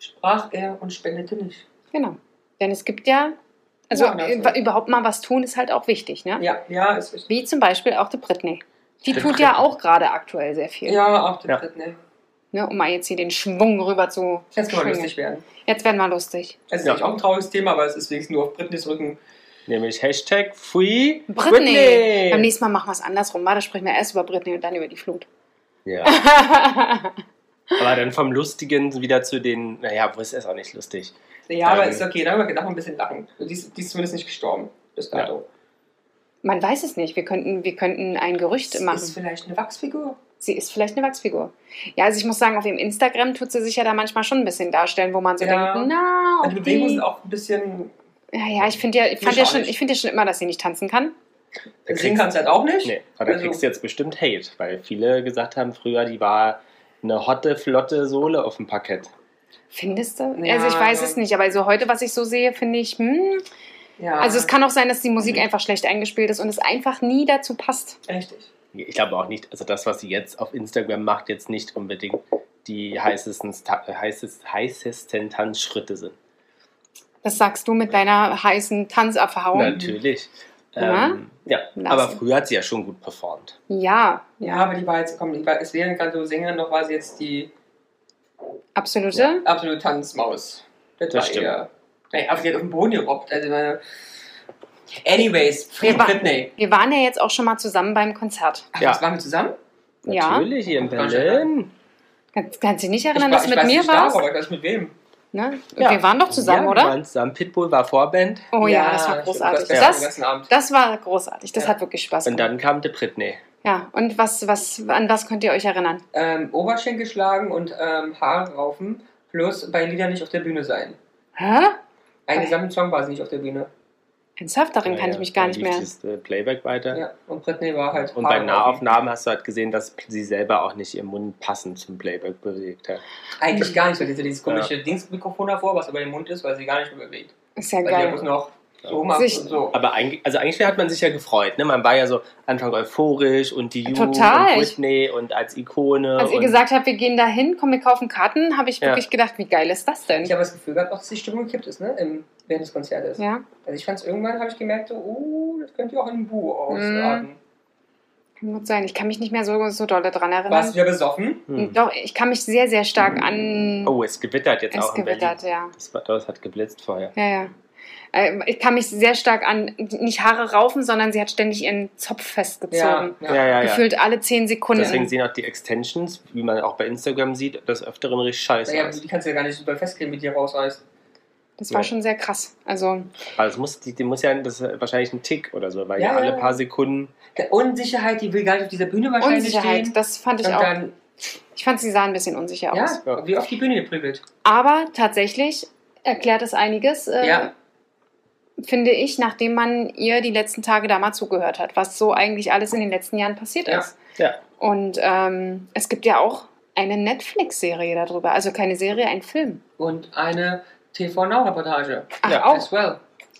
Speaker 1: Sprach er und spendete nicht.
Speaker 2: Genau. Denn es gibt ja. Also
Speaker 1: Ja, das
Speaker 2: äh,
Speaker 1: ist-
Speaker 2: überhaupt mal was tun ist halt auch wichtig, ne?
Speaker 1: Ja, ja, ist richtig.
Speaker 2: Wie zum Beispiel auch die Britney. Die
Speaker 4: Den
Speaker 2: tut ja
Speaker 4: dritten.
Speaker 2: auch gerade aktuell sehr viel.
Speaker 1: Ja, auch den
Speaker 4: Ja.
Speaker 1: dritten, ey.
Speaker 2: Ne, um mal jetzt hier den Schwung rüber zu.
Speaker 1: Jetzt kann man
Speaker 2: schwingen.
Speaker 1: lustig werden.
Speaker 2: Jetzt werden wir lustig.
Speaker 1: Es ist
Speaker 4: Ja.
Speaker 1: nicht auch ein trauriges Thema, aber es ist wenigstens nur auf Britneys Rücken.
Speaker 4: Nämlich Hashtag Free
Speaker 2: Britney.
Speaker 4: Britney.
Speaker 2: Beim nächsten Mal machen wir es andersrum. Warte, sprechen wir erst über Britney und dann über die Flut. (laughs)
Speaker 4: Ja. Aber dann vom Lustigen wieder zu den, naja, wo ist es auch nicht lustig?
Speaker 1: Ja, aber
Speaker 4: Ähm.
Speaker 1: ist okay, darüber darf man ein bisschen lachen. Die ist, die ist zumindest nicht gestorben bis dato.
Speaker 2: Man weiß es nicht. Wir könnten, wir könnten ein Gerücht
Speaker 1: Das
Speaker 2: machen.
Speaker 1: ist vielleicht eine Wachsfigur.
Speaker 2: sie ist vielleicht eine Wachsfigur. Ja, also ich muss sagen, auf ihrem Instagram tut sie sich ja da manchmal schon ein bisschen darstellen, wo man so
Speaker 1: Ja. Also
Speaker 2: denkt, na,
Speaker 1: Und
Speaker 2: ob
Speaker 1: die Bewegungen
Speaker 2: die...
Speaker 1: sind auch ein bisschen.
Speaker 2: Ja, ja, ich finde ja, ich fand
Speaker 1: Mich
Speaker 2: ja
Speaker 1: auch
Speaker 2: schon,
Speaker 1: nicht.
Speaker 2: ich finde ja schon immer, dass sie nicht tanzen kann.
Speaker 4: Da
Speaker 1: Singen
Speaker 4: kriegst,
Speaker 1: kannst du halt auch nicht.
Speaker 4: nee, aber da
Speaker 1: Also-
Speaker 4: kriegst du jetzt bestimmt Hate, weil viele gesagt haben, früher die war eine hotte, flotte Sohle auf dem Parkett.
Speaker 2: Findest du?
Speaker 1: Ja,
Speaker 2: also ich weiß
Speaker 1: ja.
Speaker 2: es nicht, aber also heute, was ich so sehe, finde ich, hm,
Speaker 1: Ja, Mhm.
Speaker 2: also es kann auch sein, dass die Musik einfach schlecht eingespielt ist und es einfach nie dazu passt.
Speaker 1: Richtig.
Speaker 4: Ich glaube auch nicht, also das, was sie jetzt auf Instagram macht, jetzt nicht unbedingt die heißesten, Sta- heißest, heißesten Tanzschritte sind.
Speaker 2: Das sagst du mit deiner heißen Tanzerfahrung.
Speaker 4: Natürlich.
Speaker 2: Ja?
Speaker 4: Ähm, ja,
Speaker 2: Lass.
Speaker 4: aber früher hat sie ja schon gut performt.
Speaker 2: Ja,
Speaker 1: Ja, aber die war jetzt, komm, die war, es wäre gerade so Sängerin, noch war sie jetzt die
Speaker 2: absolute.
Speaker 1: absolute Tanzmaus. Das,
Speaker 4: Das
Speaker 1: war
Speaker 4: stimmt.
Speaker 1: Eher, naja, aber sie hat auf den Boden gerobbt. Also, ich meine, anyways, Free
Speaker 2: Wir wa-
Speaker 1: Britney.
Speaker 2: Wir waren ja jetzt auch schon mal zusammen beim Konzert.
Speaker 1: Ach,
Speaker 4: Ja.
Speaker 1: was waren wir zusammen?
Speaker 2: Ja.
Speaker 4: Natürlich, hier in
Speaker 1: Kann ich
Speaker 4: Berlin.
Speaker 2: Kannst, kannst du dich nicht erinnern, dass
Speaker 1: ich
Speaker 2: du mit mir
Speaker 1: nicht, da,
Speaker 2: warst?
Speaker 1: aber ich weiß mit wem.
Speaker 2: Ne?
Speaker 4: Ja.
Speaker 2: Wir waren doch zusammen,
Speaker 4: ja,
Speaker 2: oder?
Speaker 4: Wir waren zusammen. Pitbull war Vorband
Speaker 2: Oh ja, das war
Speaker 1: stimmt,
Speaker 2: großartig.
Speaker 1: Das, war
Speaker 2: Das,
Speaker 1: den
Speaker 2: das,
Speaker 1: ganzen Abend.
Speaker 2: war großartig. Das
Speaker 1: Ja.
Speaker 2: hat wirklich Spaß
Speaker 4: und
Speaker 2: gemacht.
Speaker 4: dann kam die Britney.
Speaker 2: ja, und was, was, an was könnt ihr euch erinnern?
Speaker 1: Ähm, Oberschenkel schlagen und ähm, Haare raufen, plus bei Liedern nicht auf der Bühne sein.
Speaker 2: Hä?
Speaker 1: Einen gesamten Song war sie nicht auf der Bühne.
Speaker 2: Ernsthaft, darin kann
Speaker 4: Naja,
Speaker 2: ich mich gar nicht
Speaker 4: dann lief
Speaker 2: mehr.
Speaker 4: Das äh, Playback weiter.
Speaker 1: Ja, und Britney war halt.
Speaker 4: Und
Speaker 1: Haare
Speaker 4: bei
Speaker 1: raufen.
Speaker 4: Nahaufnahmen hast du halt gesehen, dass sie selber auch nicht ihren Mund passend zum Playback bewegt hat.
Speaker 1: Eigentlich gar nicht, weil diese dieses komische Dienstmikrofon davor, was über den Mund ist, weil sie gar nicht mehr bewegt.
Speaker 2: Ist ja
Speaker 1: Weil der muss
Speaker 2: geil.
Speaker 1: noch so macht und
Speaker 2: Sich-
Speaker 1: so.
Speaker 4: Aber eigentlich, also eigentlich hat man sich ja gefreut. Ne? Man war ja so Anfang euphorisch und die Jugend
Speaker 2: Total.
Speaker 4: und Britney und als Ikone.
Speaker 2: Als ihr
Speaker 4: und
Speaker 2: gesagt habt, wir gehen da hin, komm, wir kaufen Karten, habe ich
Speaker 4: Ja.
Speaker 2: wirklich gedacht, wie geil ist das denn?
Speaker 1: Ich habe das Gefühl gehabt, auch, dass die Stimmung gekippt ist, ne? Im, während des Konzertes.
Speaker 2: Ja.
Speaker 1: Also ich fand es irgendwann, habe ich gemerkt, so, uh, das könnte ja auch in Bu ausarten.
Speaker 2: Mhm. Kann gut sein. Ich kann mich nicht mehr so, so doll daran
Speaker 1: Warst du
Speaker 2: erinnern.
Speaker 1: wieder besoffen?
Speaker 4: hm.
Speaker 2: Doch, ich kann mich sehr, sehr stark an
Speaker 4: Oh, es gewittert jetzt
Speaker 2: es
Speaker 4: auch in
Speaker 2: gewittert,
Speaker 4: Berlin.
Speaker 2: ja.
Speaker 4: Das, war, das hat geblitzt vorher.
Speaker 2: Ja, ja. Ähm, Ich kann mich sehr stark an nicht Haare raufen, sondern sie hat ständig ihren Zopf festgezogen.
Speaker 4: Ja, Ah, ja, ja.
Speaker 2: Gefühlt alle zehn Sekunden.
Speaker 4: Deswegen sehen auch die Extensions, wie man auch bei Instagram sieht, das Öfteren richtig scheiße
Speaker 1: Naja,
Speaker 4: aus.
Speaker 1: die kannst du ja gar nicht super festkriegen, wie die rausreißt.
Speaker 2: Das war
Speaker 4: Ja.
Speaker 2: schon sehr krass. Also,
Speaker 4: Aber das muss, die, die muss ja, das ist wahrscheinlich ein Tick oder so, weil
Speaker 1: Ja,
Speaker 4: ja, alle
Speaker 1: ja.
Speaker 4: paar Sekunden
Speaker 1: Der Unsicherheit, die will gar nicht auf dieser Bühne wahrscheinlich
Speaker 2: Unsicherheit,
Speaker 1: stehen.
Speaker 2: das fand ich
Speaker 1: und
Speaker 2: auch.
Speaker 1: dann,
Speaker 2: Ich fand, sie sahen ein bisschen unsicher aus.
Speaker 1: ja,
Speaker 4: Ja.
Speaker 1: wie auf die Bühne geprügelt.
Speaker 2: Aber tatsächlich erklärt es einiges, äh,
Speaker 1: Ja.
Speaker 2: finde ich, nachdem man ihr die letzten Tage da mal zugehört hat, was so eigentlich alles in den letzten Jahren passiert
Speaker 1: Ja.
Speaker 2: ist.
Speaker 4: Ja.
Speaker 2: Und ähm, es gibt ja auch eine Netflix-Serie darüber. Also keine Serie, ein Film.
Speaker 1: Und eine TV-Now-Reportage.
Speaker 2: Ach,
Speaker 4: Ja.
Speaker 2: auch.
Speaker 1: As well.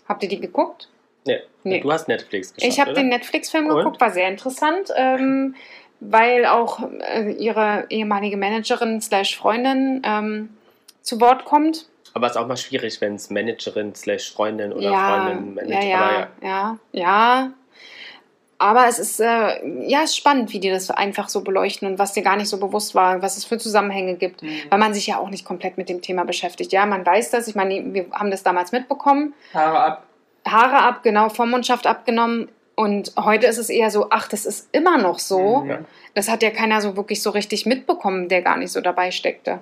Speaker 2: Habt ihr die geguckt?
Speaker 4: Nee.
Speaker 2: Nee.
Speaker 4: Du hast Netflix geschaut.
Speaker 2: Ich habe
Speaker 4: oder?
Speaker 2: den Netflix-Film
Speaker 4: Und?
Speaker 2: geguckt, war sehr interessant, ähm, weil auch äh, ihre ehemalige Managerin slash Freundin ähm, zu Wort kommt.
Speaker 4: Aber es ist auch mal schwierig, wenn es Managerin slash Freundin oder Freundin
Speaker 2: ja,
Speaker 4: managt. Aber
Speaker 2: ja,
Speaker 4: ja.
Speaker 2: ja, ja. Aber es ist, äh, ja, es ist spannend, wie die das einfach so beleuchten und was dir gar nicht so bewusst war, was es für Zusammenhänge gibt.
Speaker 1: Hm.
Speaker 2: Weil man sich ja auch nicht komplett mit dem Thema beschäftigt. Ja, man weiß das. Ich meine, wir haben das damals mitbekommen.
Speaker 1: Haare ab.
Speaker 2: Haare ab, genau, Vormundschaft abgenommen. Und heute ist es eher so, ach, das ist immer noch so.
Speaker 1: Mhm.
Speaker 2: Das hat ja keiner so wirklich so richtig mitbekommen, der gar nicht so dabei steckte.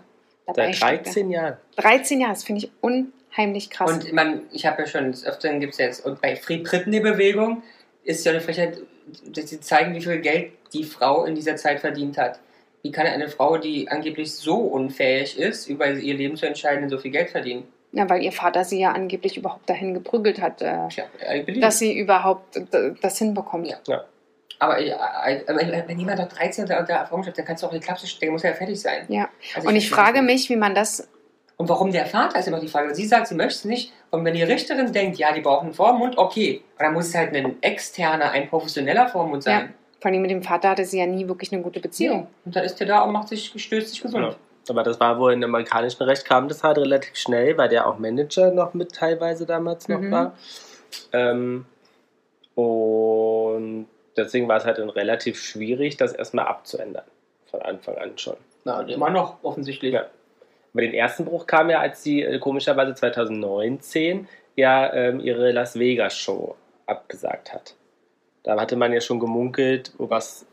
Speaker 2: Dabei
Speaker 4: Seit 13 Jahren.
Speaker 2: Steckte. 13 Jahre, das finde ich unheimlich krass.
Speaker 1: Und man, ich habe ja schon, des Öfteren gibt es jetzt, und bei Free Britney-Bewegung ist ja eine Frechheit, dass sie zeigen, wie viel Geld die Frau in dieser Zeit verdient hat. Wie kann eine Frau, die angeblich so unfähig ist, über ihr Leben zu entscheiden, so viel Geld verdienen?
Speaker 2: ja, weil ihr Vater sie ja angeblich überhaupt dahin geprügelt hat, äh,
Speaker 1: Tja, I believe.
Speaker 2: dass sie überhaupt äh, das hinbekommt.
Speaker 1: Hm. Ja. aber äh, äh, äh, wenn jemand doch 13 unter der Erfahrung schafft, dann kannst du auch die Klappe stecken, der muss ja fertig sein.
Speaker 2: Ja.
Speaker 1: Also
Speaker 2: Und ich frage
Speaker 1: verstehe nicht.
Speaker 2: mich, wie man das.
Speaker 1: Und warum der Vater ist immer die Frage. Sie sagt, sie möchte es nicht. Und wenn die Richterin denkt, ja, die brauchen einen Vormund, okay. Aber dann muss es halt ein externer, ein professioneller Vormund sein.
Speaker 2: Vor allem mit dem Vater hatte sie ja nie wirklich eine gute Beziehung.
Speaker 1: Mhm. Und dann ist der da und macht sich, stößt sich gesund.
Speaker 4: Ja. Aber das war wohl im amerikanischen Recht, kam das halt relativ schnell, weil der auch Manager noch mit teilweise damals noch
Speaker 2: Mhm.
Speaker 4: war. Ähm, und deswegen war es halt dann relativ schwierig, das erstmal abzuändern. Von Anfang an schon.
Speaker 1: Na, und immer noch offensichtlich.
Speaker 4: Ja. Aber den ersten Bruch kam ja, als sie äh, komischerweise 2019 ja ähm, ihre Las Vegas Show abgesagt hat. Da hatte man ja schon gemunkelt, oh, was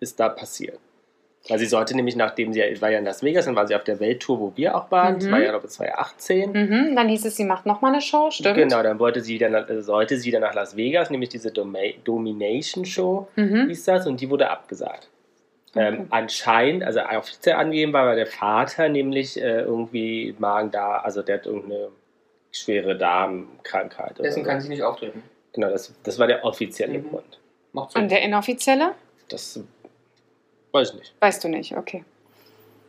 Speaker 4: ist da passiert. Weil sie sollte nämlich, nachdem sie war ja in Las Vegas, dann war sie auf der Welttour, wo wir auch waren,
Speaker 2: Mhm.
Speaker 4: das war ja, glaube ich, 2018.
Speaker 2: Mhm, dann hieß es, sie macht nochmal eine Show, stimmt?
Speaker 4: Genau, dann wollte sie dann, äh, sollte sie dann nach Las Vegas, nämlich diese Doma Domination Show
Speaker 2: Mhm.
Speaker 4: hieß das, und die wurde abgesagt.
Speaker 2: Okay.
Speaker 4: Ähm, anscheinend, also offiziell angegeben war, weil der Vater nämlich äh, irgendwie Magen da, also der hat irgendeine schwere Darmkrankheit. Oder
Speaker 1: Dessen
Speaker 4: so.
Speaker 1: kann sie nicht auftreten.
Speaker 4: Genau, das, das war der offizielle
Speaker 1: Mhm.
Speaker 4: Grund.
Speaker 1: Macht Sinn.
Speaker 2: Und der inoffizielle?
Speaker 4: Das weiß ich nicht.
Speaker 2: Weißt du nicht, okay.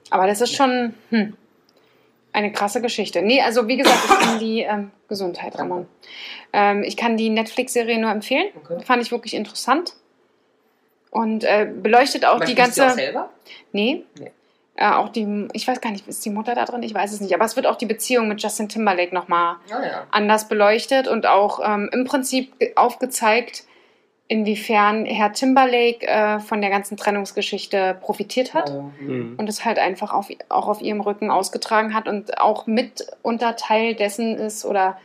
Speaker 2: Aber das ist schon hm, eine krasse Geschichte. Nee, also wie gesagt, ich kann die ähm, Gesundheit, Ramon. Ähm, ich kann die Netflix-Serie nur empfehlen.
Speaker 1: Okay.
Speaker 2: Fand ich wirklich interessant. Und äh, beleuchtet auch
Speaker 1: Vielleicht
Speaker 2: die
Speaker 1: ist sie
Speaker 2: ganze.
Speaker 1: auch selber?
Speaker 2: nee.
Speaker 1: Nee.
Speaker 2: Äh, auch die, ich weiß gar nicht, ist die Mutter da drin? Ich weiß es nicht. Aber es wird auch die Beziehung mit Justin Timberlake nochmal
Speaker 1: Ja, ja.
Speaker 2: anders beleuchtet und auch ähm, im Prinzip ge- aufgezeigt, inwiefern Herr Timberlake äh, von der ganzen Trennungsgeschichte profitiert hat
Speaker 1: Ähm,
Speaker 2: und es halt einfach auf, auch auf ihrem Rücken ausgetragen hat und auch mit unter Teil dessen ist oder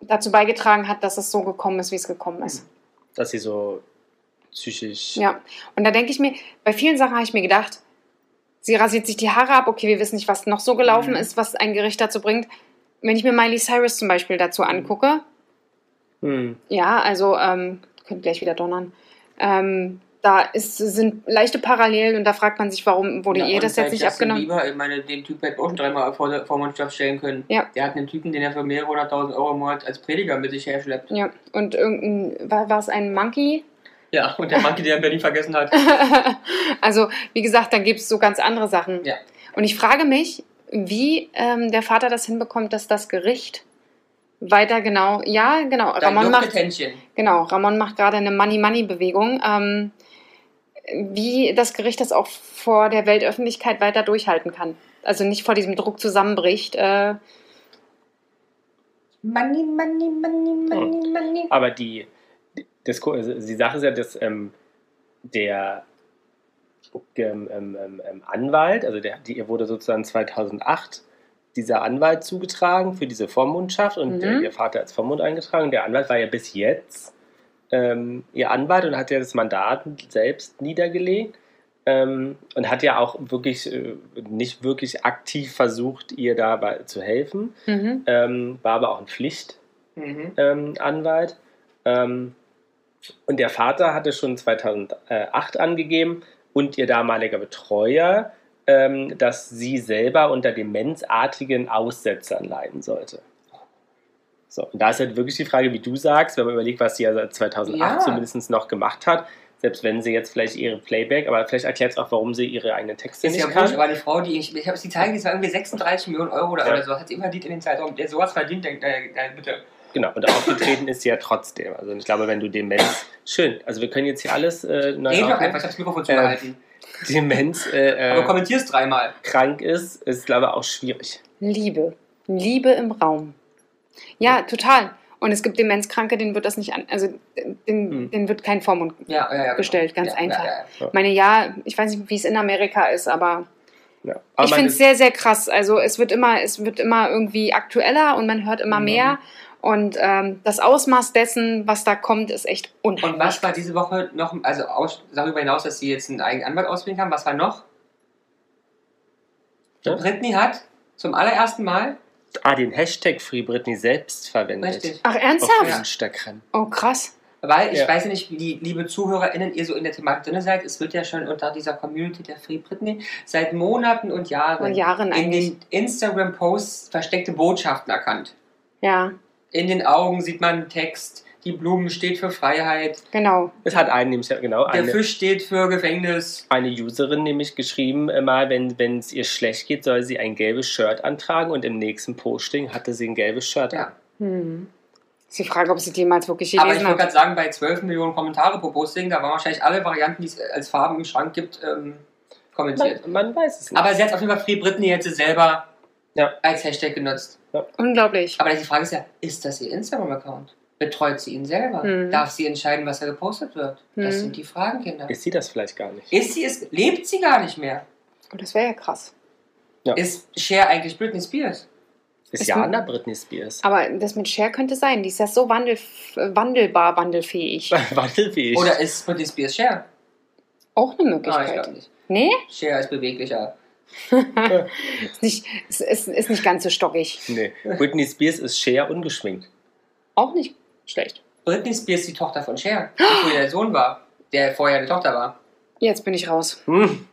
Speaker 2: dazu beigetragen hat, dass es so gekommen ist, wie es gekommen ist.
Speaker 1: Mhm.
Speaker 4: Dass sie so psychisch.
Speaker 2: Ja, und da denke ich mir, bei vielen Sachen habe ich mir gedacht, sie rasiert sich die Haare ab, okay, wir wissen nicht, was noch so gelaufen
Speaker 1: Mhm.
Speaker 2: ist, was ein Gericht dazu bringt. Wenn ich mir Miley Cyrus zum Beispiel dazu
Speaker 1: Mhm.
Speaker 2: angucke,
Speaker 4: Hm.
Speaker 2: Ja, also ähm, könnt gleich wieder donnern. Ähm, da ist, sind leichte Parallelen und da fragt man sich, warum wurde
Speaker 1: Ja,
Speaker 2: ihr
Speaker 1: und halt,
Speaker 2: das jetzt
Speaker 1: bei
Speaker 2: nicht
Speaker 1: Justin
Speaker 2: abgenommen?
Speaker 1: Bieber, ich meine, den Typ hätte auch schon dreimal vor der Vormundschaft stellen können.
Speaker 2: Ja.
Speaker 1: Der hat einen Typen, den er für mehrere hunderttausend Euro im Monat als Prediger mit sich herschleppt.
Speaker 2: Ja, und irgendein, war, war es ein Monkey? (laughs)
Speaker 1: Ja, und der Monkey, den er in Berlin vergessen hat.
Speaker 2: also, wie gesagt, dann gibt es so ganz andere Sachen.
Speaker 1: Ja.
Speaker 2: Und ich frage mich, wie ähm, der Vater das hinbekommt, dass das Gericht weiter genau, ja, genau, Ramon macht,
Speaker 1: Händchen.
Speaker 2: Genau, Ramon macht gerade eine Money-Money-Bewegung. Ähm, wie das Gericht das auch vor der Weltöffentlichkeit weiter durchhalten kann. Also nicht vor diesem Druck zusammenbricht. Äh,
Speaker 1: Money, money, money,
Speaker 4: Hm.
Speaker 1: money, money.
Speaker 4: Aber die, das, Co- also die Sache ist ja, dass ähm, der ähm, ähm, ähm, ähm, Anwalt, also der, die, ihr wurde sozusagen 2008 dieser Anwalt zugetragen für diese Vormundschaft und
Speaker 2: Mhm.
Speaker 4: der, ihr Vater als Vormund eingetragen. Der Anwalt war ja bis jetzt ähm, ihr Anwalt und hat ja das Mandat selbst niedergelegt. Ähm, und hat ja auch wirklich äh, nicht wirklich aktiv versucht, ihr dabei zu helfen.
Speaker 2: mhm.
Speaker 4: Ähm, war aber auch eine Pflicht,
Speaker 1: Mhm.
Speaker 4: ähm, Anwalt. Ähm, und der Vater hatte schon 2008 angegeben und ihr damaliger Betreuer, ähm, dass sie selber unter demenzartigen Aussetzern leiden sollte. So, und da ist halt wirklich die Frage, wie du sagst, wenn man überlegt, was sie ja seit 2008
Speaker 1: Ja.
Speaker 4: zumindest noch gemacht hat, selbst wenn sie jetzt vielleicht ihre Playback, aber vielleicht erklärt es auch, warum sie ihre eigenen Texte
Speaker 1: Ist
Speaker 4: nicht
Speaker 1: ja wurscht,
Speaker 4: kann.
Speaker 1: aber eine Frau, die ich, ich habe sie zeigen, die war irgendwie 36 Millionen Euro oder,
Speaker 4: Ja.
Speaker 1: oder so, hat sie immer verdient in den Zeitraum. Der sowas verdient, denkt, äh, äh, bitte.
Speaker 4: Genau, und aufgetreten ist sie ja trotzdem. Also ich glaube, wenn du Demenz... Schön, also wir können jetzt hier alles äh, neu
Speaker 1: Red doch
Speaker 4: aufnehmen.
Speaker 1: einfach, ich habe das Mikrofon zu
Speaker 4: Ähm,
Speaker 1: behalten.
Speaker 4: Demenz äh,
Speaker 1: Aber
Speaker 4: äh,
Speaker 1: kommentier's dreimal.
Speaker 4: krank ist, ist glaube ich auch schwierig.
Speaker 2: Liebe. Liebe im Raum. Ja, total. Und es gibt Demenzkranke, denen wird das nicht an, also den,
Speaker 4: Mhm.
Speaker 2: denen wird kein Vormund.
Speaker 1: Ja, ja, ja. Genau.
Speaker 2: Gestellt, ganz
Speaker 1: ja,
Speaker 2: einfach.
Speaker 1: Ja, ja.
Speaker 2: Ich meine, ja, ich weiß nicht, wie es in Amerika ist, aber
Speaker 4: Ja.
Speaker 2: ich
Speaker 4: man
Speaker 2: finde es
Speaker 4: ist-
Speaker 2: sehr, sehr krass. Also es wird immer, es wird immer irgendwie aktueller und man hört immer
Speaker 1: Mhm.
Speaker 2: mehr. Und ähm, das Ausmaß dessen, was da kommt, ist echt
Speaker 1: Und
Speaker 2: unheimlich.
Speaker 1: was war diese Woche noch, also aus, darüber hinaus, dass sie jetzt einen eigenen Anwalt auswählen kann, was war noch?
Speaker 4: Ja.
Speaker 1: Britney hat zum allerersten Mal,
Speaker 4: ah, den Hashtag Free Britney selbst verwendet.
Speaker 1: richtig,
Speaker 2: Ach,
Speaker 4: Auf
Speaker 2: ernsthaft?
Speaker 4: Instagram.
Speaker 2: Oh, krass.
Speaker 1: weil ich
Speaker 4: Ja.
Speaker 1: weiß ja nicht, wie die, liebe ZuhörerInnen, ihr so in der Thematik drin seid, es wird ja schon unter dieser Community der Free Britney seit Monaten und
Speaker 2: Vor
Speaker 1: Jahren
Speaker 2: Jahren
Speaker 1: in
Speaker 2: eigentlich.
Speaker 1: den Instagram-Posts versteckte Botschaften erkannt.
Speaker 2: Ja,
Speaker 1: In den Augen sieht man Text, die Blumen steht für Freiheit,
Speaker 2: genau.
Speaker 4: Es hat einen nämlich, genau,
Speaker 1: der
Speaker 4: eine,
Speaker 1: Fisch steht für Gefängnis.
Speaker 4: eine Userin nämlich geschrieben, äh, mal, wenn es ihr schlecht geht, soll sie ein gelbes Shirt antragen und im nächsten Posting hatte sie ein gelbes Shirt
Speaker 1: Ja.
Speaker 4: an.
Speaker 2: Hm. Ist die Frage, ob sie die jemals wirklich
Speaker 1: Aber ich
Speaker 2: gelesen
Speaker 1: wollte
Speaker 2: hat.
Speaker 1: gerade sagen, bei 12 Millionen Kommentare pro Posting, da waren wahrscheinlich alle Varianten, die es als Farben im Schrank gibt, ähm, kommentiert.
Speaker 4: Man, man weiß es nicht.
Speaker 1: Aber sie hat auf jeden Fall Free Britney jetzt selber
Speaker 4: Ja.
Speaker 1: als Hashtag genutzt.
Speaker 2: Unglaublich.
Speaker 1: Aber die Frage ist ja, ist das ihr Instagram-Account? Betreut sie ihn selber?
Speaker 2: Mhm.
Speaker 1: Darf sie entscheiden, was da gepostet wird? Das
Speaker 2: Mhm.
Speaker 1: sind die Fragen, Kinder.
Speaker 4: Ist sie das vielleicht gar nicht?
Speaker 1: Ist sie es? Lebt sie gar nicht mehr?
Speaker 2: Und Oh, das wäre ja krass.
Speaker 1: Ist Cher eigentlich Britney Spears?
Speaker 4: Ist
Speaker 2: ist
Speaker 4: Jana
Speaker 1: (laughs)
Speaker 4: Britney Spears. (laughs)
Speaker 2: Aber das mit Cher könnte sein. Die ist ja so wandelf wandelbar, wandelfähig.
Speaker 4: Wandelfähig.
Speaker 1: Oder ist Britney Spears Cher?
Speaker 2: Auch eine
Speaker 1: Nein, ich
Speaker 2: Möglichkeit.
Speaker 1: glaube nicht.
Speaker 2: nee?
Speaker 1: Cher ist beweglicher.
Speaker 2: Ist nicht, ist, ist, ist nicht ganz so stockig.
Speaker 4: Nee. Britney Spears ist Cher ungeschminkt.
Speaker 2: Auch nicht schlecht.
Speaker 1: Britney Spears ist die Tochter von Cher, die früher der Sohn war, der vorher eine Tochter war.
Speaker 2: Jetzt bin ich raus.
Speaker 4: Hm.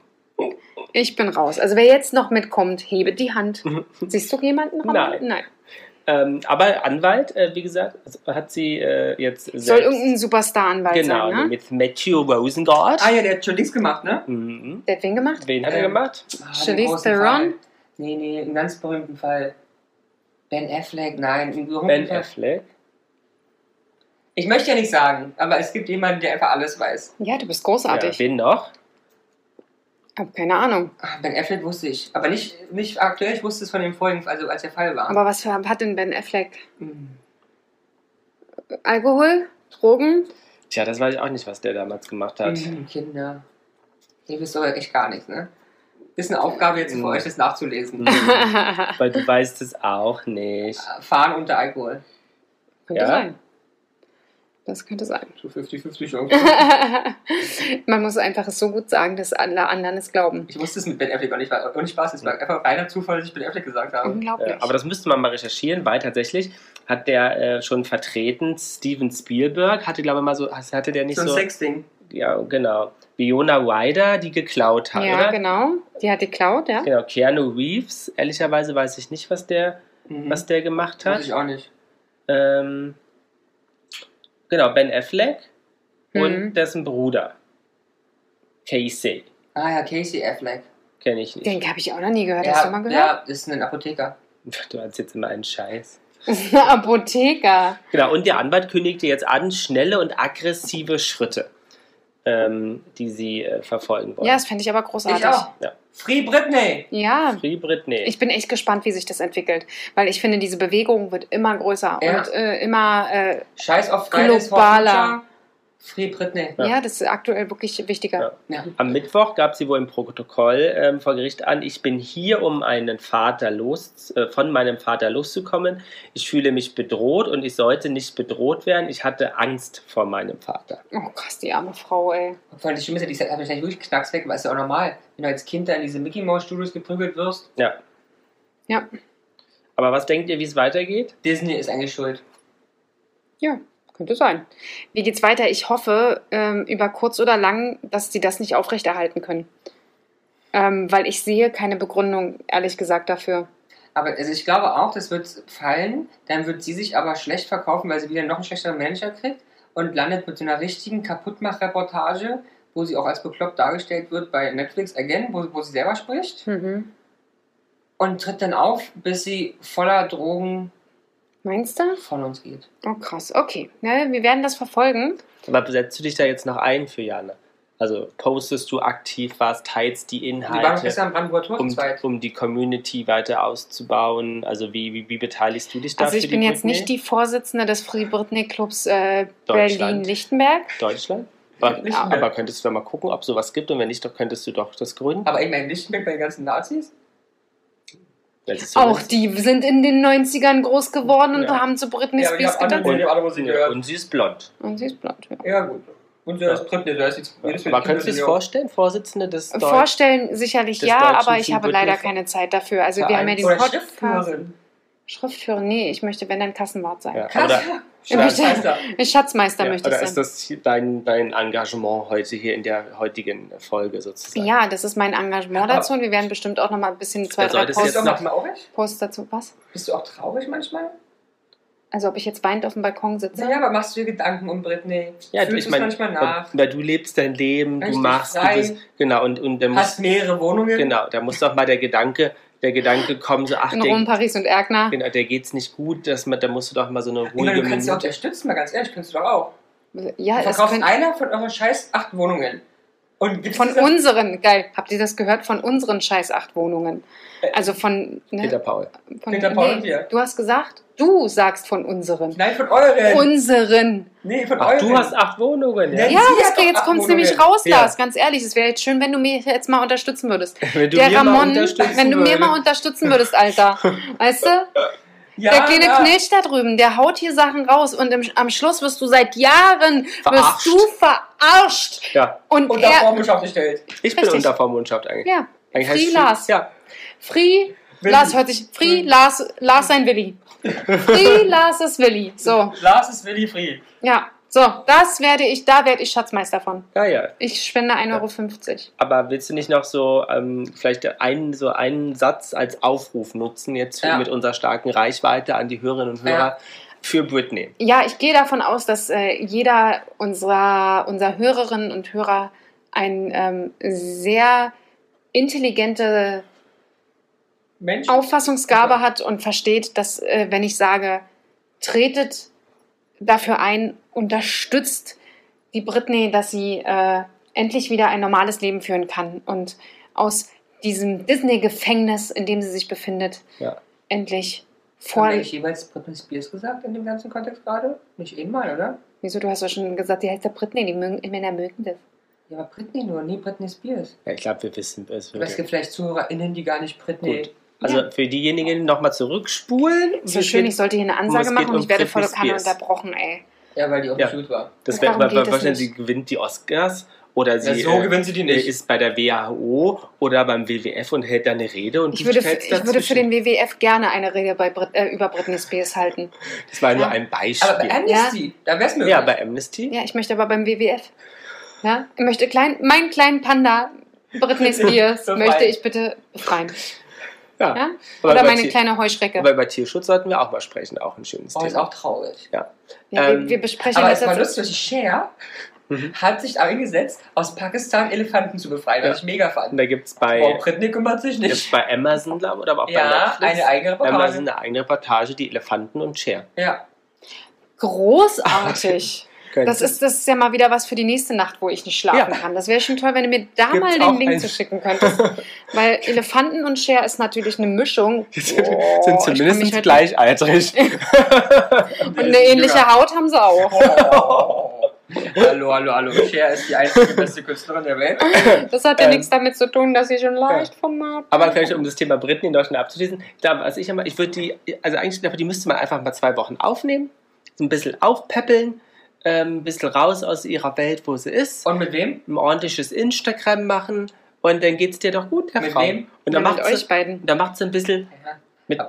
Speaker 2: Ich bin raus. Also wer jetzt noch mitkommt, hebe die Hand.
Speaker 4: Mhm.
Speaker 2: Siehst du jemanden? Ramon? Nein.
Speaker 4: Ähm, aber Anwalt, äh, wie gesagt, hat sie äh, jetzt selbst.
Speaker 2: Soll irgendein Superstar-Anwalt
Speaker 4: Genau,
Speaker 2: sein, ne?
Speaker 4: mit Matthew Rosengard.
Speaker 1: Ah ja, der hat schon nichts gemacht, ne?
Speaker 4: Mhm.
Speaker 2: Der hat wen gemacht?
Speaker 4: Wen hat er
Speaker 1: Ähm,
Speaker 4: gemacht?
Speaker 1: Ah, den
Speaker 2: Charlize
Speaker 1: großen
Speaker 2: Theron?
Speaker 1: Fall. Nee, nee, einen ganz berühmten Fall. Ben Affleck, nein. einen berühmten
Speaker 4: Ben
Speaker 1: Fall.
Speaker 4: Affleck.
Speaker 1: Ich möchte ja nichts sagen, aber es gibt jemanden, der einfach alles weiß.
Speaker 2: Ja, du bist
Speaker 4: Ja,
Speaker 2: großartig.
Speaker 4: wen noch?
Speaker 2: Ich habe keine Ahnung.
Speaker 1: Ah, Ben Affleck wusste ich, aber nicht, nicht aktuell, ich wusste es von dem vorigen, also als der Fall war.
Speaker 2: Aber was für, hat denn Ben Affleck?
Speaker 1: Hm.
Speaker 2: Alkohol? Drogen? (laughs)
Speaker 4: Tja, das weiß ich auch nicht, was der damals gemacht hat.
Speaker 2: Mhm.
Speaker 1: Hm, Kinder. Ihr wisst aber echt gar nichts, ne? Ist eine Aufgabe jetzt für
Speaker 4: Mhm.
Speaker 1: euch, das nachzulesen.
Speaker 4: Mhm. (laughs) Weil du weißt es auch nicht.
Speaker 1: Fahren unter Alkohol.
Speaker 2: Könnte
Speaker 4: Ja.
Speaker 2: sein. Das könnte sein.
Speaker 1: So 50-50 Chance.
Speaker 2: (laughs) Man muss einfach es so gut sagen, dass alle anderen es glauben.
Speaker 1: Ich wusste es mit Ben Affleck auch nicht, war ohne Spaß, es war einfach reiner Zufall, dass ich Ben Affleck gesagt habe.
Speaker 2: Unglaublich.
Speaker 4: Äh, aber das müsste man mal recherchieren, weil tatsächlich hat der äh, schon vertreten, Steven Spielberg hatte, glaube ich, mal so, hatte der nicht
Speaker 1: So
Speaker 4: so.
Speaker 1: ein Sexding.
Speaker 4: ja, genau. Fiona Ryder, die geklaut hat,
Speaker 2: ja,
Speaker 4: oder?
Speaker 2: genau. Die hat geklaut, ja.
Speaker 4: Genau, Keanu Reeves, ehrlicherweise weiß ich nicht, was der,
Speaker 1: Mhm.
Speaker 4: was der gemacht
Speaker 1: Weiß
Speaker 4: hat.
Speaker 1: ich auch nicht.
Speaker 4: Ähm, genau, Ben Affleck und
Speaker 2: Mhm.
Speaker 4: dessen Bruder. Casey.
Speaker 1: Ah ja, Casey Affleck.
Speaker 4: Kenne ich nicht.
Speaker 2: Den habe ich auch noch nie gehört. Hast du
Speaker 1: Ja,
Speaker 2: mal gehört?
Speaker 1: ja, ist ein Apotheker.
Speaker 4: (laughs) Du hast jetzt immer einen Scheiß.
Speaker 2: (laughs) Apotheker.
Speaker 4: Genau, und der Anwalt kündigte jetzt an, schnelle und aggressive Schritte, ähm, die sie äh, verfolgen wollen.
Speaker 2: Ja, das fände ich aber großartig.
Speaker 1: Ich auch.
Speaker 4: Ja.
Speaker 1: Free Britney!
Speaker 2: Ja,
Speaker 4: Free Britney.
Speaker 2: ich bin echt gespannt, wie sich das entwickelt. Weil ich finde, diese Bewegung wird immer größer
Speaker 1: Ja.
Speaker 2: und äh, immer, äh,
Speaker 1: Scheiß auf Fridays for
Speaker 2: Globaler.
Speaker 1: Future. Free Britney.
Speaker 4: Ja.
Speaker 2: ja. das ist aktuell wirklich wichtiger.
Speaker 4: Ja.
Speaker 1: Ja.
Speaker 4: Am Mittwoch gab sie wohl im Protokoll ähm, vor Gericht an, ich bin hier, um einen Vater los, äh, von meinem Vater loszukommen. Ich fühle mich bedroht und ich sollte nicht bedroht werden. Ich hatte Angst vor meinem Vater.
Speaker 2: Oh krass, die arme Frau, ey.
Speaker 1: Vor allem das Schlimme ist ja, die hat wahrscheinlich wirklich knacks weg, weil es ist ja auch normal. Wenn du als Kind da in diese Mickey Mouse Studios geprügelt wirst,
Speaker 4: Ja.
Speaker 2: Ja.
Speaker 4: Aber was denkt ihr, wie es weitergeht?
Speaker 1: Disney ist eigentlich schuld.
Speaker 2: Ja, könnte sein. Wie geht's weiter? Ich hoffe, ähm, über kurz oder lang, dass sie das nicht aufrechterhalten können. Ähm, weil ich sehe keine Begründung, ehrlich gesagt, dafür.
Speaker 1: Aber also ich glaube auch, das wird fallen. Dann wird sie sich aber schlecht verkaufen, weil sie wieder noch einen schlechteren Manager kriegt und landet mit so einer richtigen Kaputtmach-Reportage, wo sie auch als bekloppt dargestellt wird bei Netflix Again, wo, wo sie selber spricht.
Speaker 2: Mhm.
Speaker 1: Und tritt dann auf, bis sie voller Drogen
Speaker 2: Meinst du?
Speaker 1: von uns geht.
Speaker 2: Oh krass, okay. Ne, wir werden das verfolgen.
Speaker 4: Aber setzt du dich da jetzt noch ein für Jana? Also postest du aktiv was, teilst die
Speaker 1: Wir waren doch
Speaker 4: Inhalte,
Speaker 1: gestern am Brandenburger Tor zu
Speaker 4: um,
Speaker 1: zweit.
Speaker 4: um die Community weiter auszubauen? Also wie, wie, wie beteiligst du dich da
Speaker 2: Also
Speaker 4: für
Speaker 2: ich bin
Speaker 4: die
Speaker 2: jetzt
Speaker 4: Britney?
Speaker 2: nicht die Vorsitzende des Free Britney Clubs äh,
Speaker 4: Deutschland.
Speaker 2: Berlin-Lichtenberg.
Speaker 4: Deutschland? Aber,
Speaker 1: Ja.
Speaker 4: aber könntest du doch mal gucken, ob sowas gibt und wenn nicht, dann könntest du doch das gründen.
Speaker 1: Aber ich meine, Lichtenberg bei den ganzen Nazis?
Speaker 4: Wenn es so
Speaker 2: Auch
Speaker 4: ist.
Speaker 2: die sind in den 90ern groß geworden und
Speaker 4: Ja.
Speaker 2: haben zu Britney
Speaker 1: aber die
Speaker 2: Spears
Speaker 1: haben andere-
Speaker 2: getanzt.
Speaker 1: die haben andere Musik
Speaker 4: Ja,
Speaker 1: gehört.
Speaker 4: und sie ist blond.
Speaker 2: Und sie ist blond, ja.
Speaker 1: Ja, gut. Und so ist Britney, da ist jetzt
Speaker 4: Ja.
Speaker 1: jedes
Speaker 4: Aber
Speaker 1: Mal-
Speaker 4: könntest du es vorstellen, Vorsitzende des Deutschen?
Speaker 2: Äh, Vorstellen sicherlich
Speaker 4: des
Speaker 2: ja,
Speaker 4: deutschen
Speaker 2: aber ich
Speaker 4: Free
Speaker 2: habe
Speaker 4: Britney
Speaker 2: leider
Speaker 4: Vereins.
Speaker 2: keine Zeit dafür. Also wir
Speaker 1: Verein
Speaker 2: haben ja
Speaker 1: oder
Speaker 2: diesen Podcast.
Speaker 1: Schriftführerin.
Speaker 2: Schriftführer, nee, ich möchte, wenn dann Kassenwart sein.
Speaker 4: Ja.
Speaker 1: Krass.
Speaker 4: Oder-
Speaker 2: Schreib-
Speaker 1: Scheiß da.
Speaker 2: Ich Schatzmeister
Speaker 4: Ja,
Speaker 2: möchte
Speaker 4: oder
Speaker 2: ich
Speaker 4: ist
Speaker 2: sein.
Speaker 4: das hier dein, dein Engagement heute hier in der heutigen Folge sozusagen?
Speaker 2: Ja, das ist mein Engagement
Speaker 1: Aber-
Speaker 2: dazu und wir werden bestimmt auch nochmal ein bisschen zwei,
Speaker 4: Da
Speaker 2: drei
Speaker 4: solltest du
Speaker 1: Bist
Speaker 4: jetzt
Speaker 1: du
Speaker 2: Posts,
Speaker 1: auch
Speaker 4: noch-
Speaker 1: manchmal traurig?
Speaker 2: Posts dazu. Was?
Speaker 1: Bist du auch traurig manchmal?
Speaker 2: Also ob ich jetzt weinend auf dem Balkon sitze?
Speaker 1: Naja, aber machst du dir Gedanken um Britney?
Speaker 4: Ja, du,
Speaker 1: Fühlst
Speaker 4: ich
Speaker 1: du
Speaker 4: meine,
Speaker 1: manchmal nach?
Speaker 4: weil du lebst dein Leben, du
Speaker 1: Richtig
Speaker 4: machst, du
Speaker 1: frei.
Speaker 4: bist, genau, und, und da muss,
Speaker 1: Hast mehrere Wohnungen?
Speaker 4: genau, da muss doch mal der Gedanke, der Gedanke kommen, so, ach,
Speaker 2: In Rom,
Speaker 4: der,
Speaker 2: Paris und Erkner.
Speaker 4: genau, der geht's nicht gut, dass man, da musst du doch mal so eine
Speaker 1: Ich meine,
Speaker 4: ruhige
Speaker 1: du kannst sie auch
Speaker 4: Minute.
Speaker 1: unterstützen, mal ganz ehrlich, kannst du doch auch.
Speaker 2: Ja,
Speaker 1: Du
Speaker 2: es
Speaker 1: verkaufst
Speaker 2: könnte,
Speaker 1: einer von euren scheiß acht Wohnungen. Und gibt's
Speaker 2: Von
Speaker 1: diese-
Speaker 2: unseren, geil, habt ihr das gehört? Von unseren scheiß acht Wohnungen. Also von,
Speaker 4: Peter
Speaker 2: ne,
Speaker 4: Paul.
Speaker 2: von
Speaker 1: Peter Paul und wir.
Speaker 2: Du hast gesagt, du sagst von unseren.
Speaker 1: Nein, von euren.
Speaker 2: Unseren.
Speaker 1: nee, von
Speaker 4: Ach,
Speaker 1: euren.
Speaker 4: du hast acht Wohnungen.
Speaker 1: Ja,
Speaker 2: Ja,
Speaker 1: sie
Speaker 2: das
Speaker 1: hat
Speaker 2: geht,
Speaker 1: doch
Speaker 2: jetzt
Speaker 1: acht
Speaker 2: kommt es nämlich
Speaker 1: Monate.
Speaker 2: raus,
Speaker 4: Ja.
Speaker 2: Lars. Ganz ehrlich, es wäre jetzt schön, wenn du mich jetzt mal unterstützen würdest.
Speaker 4: Wenn du
Speaker 2: der
Speaker 4: mir mal
Speaker 2: Ramon,
Speaker 4: unterstützen
Speaker 2: wenn du mir mal
Speaker 4: würdest.
Speaker 2: unterstützen würdest,
Speaker 4: (laughs)
Speaker 2: Alter. Weißt du?
Speaker 1: ja,
Speaker 2: der kleine
Speaker 1: ja.
Speaker 2: Knilch da drüben, der haut hier Sachen raus und im, am Schluss wirst du seit Jahren wirst
Speaker 4: Verarscht.
Speaker 2: du verarscht.
Speaker 4: Ja,
Speaker 2: Und,
Speaker 1: Und davor
Speaker 2: er,
Speaker 1: mich aufgestellt.
Speaker 4: ich bin
Speaker 2: Richtig.
Speaker 4: unter Vormundschaft eigentlich.
Speaker 2: ja,
Speaker 4: eigentlich heißt
Speaker 2: Free
Speaker 4: es-
Speaker 2: Lars.
Speaker 4: Ja,
Speaker 2: Free
Speaker 1: Willi.
Speaker 2: Lars hört sich, Free Lars, Lars sein Willi.
Speaker 4: (laughs)
Speaker 2: Free Lars ist Willi. So,
Speaker 1: Lars ist Willi Free.
Speaker 2: ja. So, das werde ich, da werde ich Schatzmeister von.
Speaker 4: ja, ja.
Speaker 2: Ich spende 1,50 Euro.
Speaker 4: Aber willst du nicht noch so ähm, vielleicht einen, so einen Satz als Aufruf nutzen, jetzt für,
Speaker 1: Ja.
Speaker 4: mit unserer starken Reichweite an die Hörerinnen und Hörer
Speaker 1: Ja.
Speaker 4: für Britney?
Speaker 2: Ja, ich gehe davon aus, dass äh, jeder unserer, unserer Hörerinnen und Hörer ein ähm, sehr intelligente
Speaker 1: Mensch.
Speaker 2: Auffassungsgabe hat und versteht, dass äh, wenn ich sage, tretet dafür ein, unterstützt die Britney, dass sie äh, endlich wieder ein normales Leben führen kann und aus diesem Disney-Gefängnis, in dem sie sich befindet,
Speaker 4: Ja.
Speaker 2: endlich vor.
Speaker 1: Habe ich jemals Britney Spears gesagt in dem ganzen Kontext gerade? Nicht einmal, oder?
Speaker 2: Wieso, du hast ja schon gesagt, die heißt ja Britney, die mögen, Männer mögen das.
Speaker 1: Ja, aber Britney nur, nie Britney Spears.
Speaker 4: Ja, ich glaube, wir wissen es.
Speaker 1: Aber es gibt
Speaker 4: wirklich.
Speaker 1: vielleicht ZuhörerInnen, die gar nicht Britney.
Speaker 4: Gut. Also für diejenigen nochmal zurückspulen.
Speaker 2: So
Speaker 4: Wir
Speaker 2: schön,
Speaker 4: sind-
Speaker 2: ich sollte hier eine
Speaker 4: es
Speaker 2: Ansage
Speaker 4: geht
Speaker 2: machen und
Speaker 4: um
Speaker 2: ich werde
Speaker 4: Britney
Speaker 2: voller Kanne
Speaker 4: Spears.
Speaker 2: unterbrochen, ey.
Speaker 1: Ja, weil die auch
Speaker 4: Ja.
Speaker 1: nicht gut war.
Speaker 4: Das
Speaker 2: Darum
Speaker 4: wäre wär,
Speaker 2: geht es
Speaker 4: wahrscheinlich, sie
Speaker 2: nicht.
Speaker 4: gewinnt die Oscars oder sie äh,
Speaker 1: so gewinnt sie die nicht.
Speaker 4: ist bei der WHO oder beim WWF und hält da eine Rede und
Speaker 2: Ich
Speaker 4: du
Speaker 2: würde,
Speaker 4: stellst
Speaker 2: ich würde für
Speaker 4: dazwischen.
Speaker 2: den WWF gerne eine Rede bei Brit äh, über Britney Spears halten.
Speaker 4: Das war nur
Speaker 2: Ja.
Speaker 4: ein
Speaker 1: Aber bei
Speaker 4: Beispiel.
Speaker 1: Amnesty, da wär's möglich.
Speaker 4: Ja, bei Amnesty.
Speaker 2: Ja, ich möchte aber beim WWF. Ja? Ich möchte klein, meinen kleinen Panda,
Speaker 4: (laughs)
Speaker 2: Britney Spears,
Speaker 1: Befreien.
Speaker 2: möchte ich bitte befreien.
Speaker 4: Ja.
Speaker 2: Ja?
Speaker 4: Aber
Speaker 2: Oder
Speaker 4: bei
Speaker 2: meine
Speaker 4: Tier-
Speaker 2: kleine Heuschrecke.
Speaker 4: Aber über Tierschutz sollten wir auch mal sprechen, auch ein schönes
Speaker 1: oh, ist
Speaker 4: Thema.
Speaker 1: auch traurig.
Speaker 2: ja,
Speaker 4: ähm,
Speaker 2: wir, wir besprechen
Speaker 1: aber
Speaker 2: das
Speaker 1: es war
Speaker 2: jetzt.
Speaker 1: lustig, Cher
Speaker 4: Mhm.
Speaker 1: hat sich eingesetzt, aus Pakistan Elefanten zu befreien, was
Speaker 4: Ja.
Speaker 1: ich mega
Speaker 4: Und
Speaker 1: fand.
Speaker 4: da gibt es bei,
Speaker 1: Wow, Britney kümmert sich
Speaker 4: gibt's
Speaker 1: nicht.
Speaker 4: bei Amazon, glaube ich, oder aber auch
Speaker 1: Ja,
Speaker 4: bei
Speaker 1: eine
Speaker 4: Netflix.
Speaker 1: eigene
Speaker 4: Amazon
Speaker 1: Reportage.
Speaker 4: eine eigene Reportage, die Elefanten und Cher.
Speaker 1: Ja.
Speaker 4: (laughs)
Speaker 2: Großartig. Das ist, das ist ja mal wieder was für die nächste Nacht, wo ich nicht schlafen
Speaker 4: Ja.
Speaker 2: kann. Das wäre schon toll, wenn du mir da
Speaker 4: Gibt's
Speaker 2: mal
Speaker 4: auch
Speaker 2: den Link
Speaker 4: ein-
Speaker 2: zu schicken
Speaker 4: (laughs)
Speaker 2: könntest. Weil Elefanten und Share ist natürlich eine
Speaker 4: (laughs)
Speaker 2: Mischung.
Speaker 4: sind,
Speaker 2: Oh,
Speaker 4: sind
Speaker 2: ich kann mich
Speaker 4: zumindest
Speaker 2: heute-
Speaker 4: gleichaltrig.
Speaker 2: (laughs) Und eine ähnliche Haut haben sie auch.
Speaker 1: (laughs) Oh. hallo, hallo, hallo. Cher ist die einzige beste Künstlerin der Welt.
Speaker 2: Das hat ja
Speaker 4: Ähm,
Speaker 2: nichts damit zu tun, dass sie schon leicht vom Markt.
Speaker 4: Aber vielleicht, um das Thema Briten in Deutschland abzuschließen, da, also ich, immer- ich würde die, also eigentlich, glaube ich, die müsste man einfach mal zwei Wochen aufnehmen, so ein bisschen aufpäppeln, ähm, ein bisschen raus aus ihrer Welt, wo sie ist,
Speaker 1: Und mit wem?
Speaker 4: ein ordentliches Instagram machen und dann geht es dir doch gut, Herr
Speaker 1: Mit
Speaker 4: Frau.
Speaker 1: wem?
Speaker 4: Und
Speaker 2: Ja,
Speaker 4: dann
Speaker 2: mit
Speaker 4: macht
Speaker 2: euch
Speaker 4: sie,
Speaker 2: beiden.
Speaker 4: dann macht's ein bisschen mit,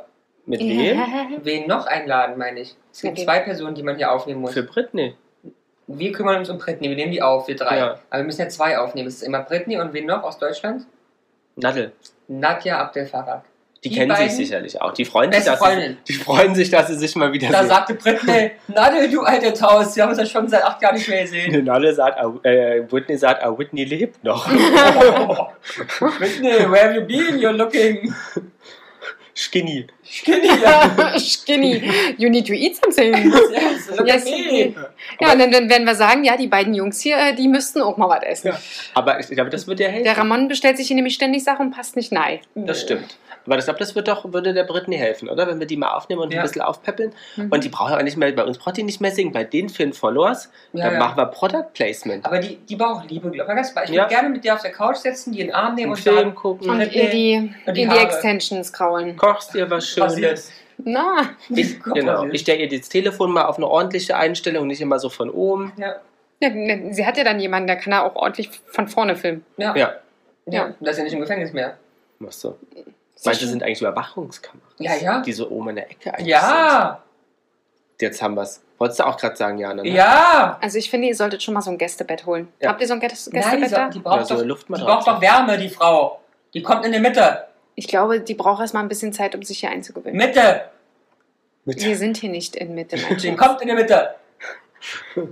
Speaker 4: mit wem?
Speaker 1: Wen noch einladen, meine ich. Es gibt
Speaker 2: Okay.
Speaker 1: zwei Personen, die man hier aufnehmen muss.
Speaker 4: Für Britney.
Speaker 1: Wir kümmern uns um Britney, wir nehmen die auf, wir drei.
Speaker 4: Ja.
Speaker 1: Aber wir müssen ja zwei aufnehmen. Es ist immer Britney und wen noch aus Deutschland?
Speaker 4: Nadel.
Speaker 1: Nadja Abdel Farag.
Speaker 4: Die,
Speaker 1: Die
Speaker 4: kennen
Speaker 1: beiden-
Speaker 4: sich sicherlich auch. Die freuen, sich,
Speaker 1: Beste
Speaker 4: dass sie,
Speaker 1: Freundin.
Speaker 4: die freuen sich, dass sie sich mal wieder
Speaker 1: Da
Speaker 4: (laughs) sehen.
Speaker 1: sagte Britney, (laughs) Nadel, du alte Taus, wir haben uns ja schon seit acht Jahren nicht mehr gesehen.
Speaker 4: Nadel sagt, ah, äh, Whitney sagt, ah, Whitney
Speaker 1: (laughs)
Speaker 4: lebt noch.
Speaker 1: Oh. (laughs) Britney, where have you been? You're looking
Speaker 4: Skinny.
Speaker 1: skinny. Yes,
Speaker 2: (laughs) Skinny, you need to eat
Speaker 4: (laughs)
Speaker 2: something.
Speaker 1: yes, look at
Speaker 2: Yes.
Speaker 1: me.
Speaker 2: Ja, und dann, dann werden wir sagen, ja, die beiden Jungs hier, äh, die müssten auch mal was essen.
Speaker 4: Ja. Aber ich glaube, das wird ja helfen.
Speaker 2: Der Ramon bestellt sich hier nämlich ständig Sachen und passt nicht nein.
Speaker 4: das stimmt. Aber ich glaube, das wird doch, würde der Britney helfen, oder? Wenn wir die mal aufnehmen und
Speaker 1: Ja.
Speaker 4: ein bisschen aufpäppeln.
Speaker 2: Mhm.
Speaker 4: Und die braucht ja auch nicht mehr, bei uns braucht die nicht mehr singen. Bei den vielen Followers,
Speaker 1: Ja,
Speaker 4: dann
Speaker 1: ja.
Speaker 4: machen wir Product Placement.
Speaker 1: Aber die, die braucht Liebe, glaube ich. Ganz wahr. Ich
Speaker 4: Ja.
Speaker 1: würde gerne mit dir auf der Couch setzen, die in den Arm nehmen
Speaker 4: Einen
Speaker 1: und
Speaker 4: Film
Speaker 1: sagen,
Speaker 2: Und
Speaker 4: gucken,
Speaker 1: Mhm.
Speaker 2: ihr die,
Speaker 1: Und die
Speaker 2: ihr die
Speaker 1: Haare.
Speaker 2: Extensions kraulen.
Speaker 4: kochst ihr was
Speaker 1: was
Speaker 4: Schönes.
Speaker 1: jetzt?
Speaker 2: Na,
Speaker 4: Ich, genau. ich stelle ihr das Telefon mal auf eine ordentliche Einstellung, nicht immer so von oben.
Speaker 1: ja,
Speaker 2: ja, ne, sie hat ja dann jemanden, der kann da auch ordentlich von vorne filmen.
Speaker 1: ja, ja.
Speaker 4: Ja,
Speaker 1: ja. Das ist ja nicht im Gefängnis mehr.
Speaker 4: machst du.
Speaker 2: Ist das
Speaker 4: Manche sind eigentlich Überwachungskameras.
Speaker 1: Ja, ja.
Speaker 4: Die so oben in der Ecke eigentlich
Speaker 1: Ja,
Speaker 4: sind. Jetzt haben wir es. Wolltest du auch gerade sagen, Jana? ne?
Speaker 1: ja.
Speaker 2: Also ich finde, ihr solltet schon mal so ein Gästebett holen.
Speaker 4: Ja.
Speaker 2: Habt ihr so ein Gäste
Speaker 1: Nein, die,
Speaker 2: Gästebett
Speaker 1: so-
Speaker 2: da?
Speaker 1: die
Speaker 4: Oder
Speaker 1: braucht
Speaker 4: so
Speaker 1: doch
Speaker 4: eine
Speaker 1: Die braucht doch
Speaker 4: Luftmatratze.
Speaker 1: Wärme, die Frau. Die kommt in der Mitte.
Speaker 2: Ich glaube, die braucht erstmal ein bisschen Zeit, um sich hier einzugewöhnen.
Speaker 1: Mitte.
Speaker 2: Wir sind hier nicht in Mitte,
Speaker 4: (laughs)
Speaker 2: mein
Speaker 1: Die
Speaker 2: Schatz.
Speaker 1: kommt in der Mitte.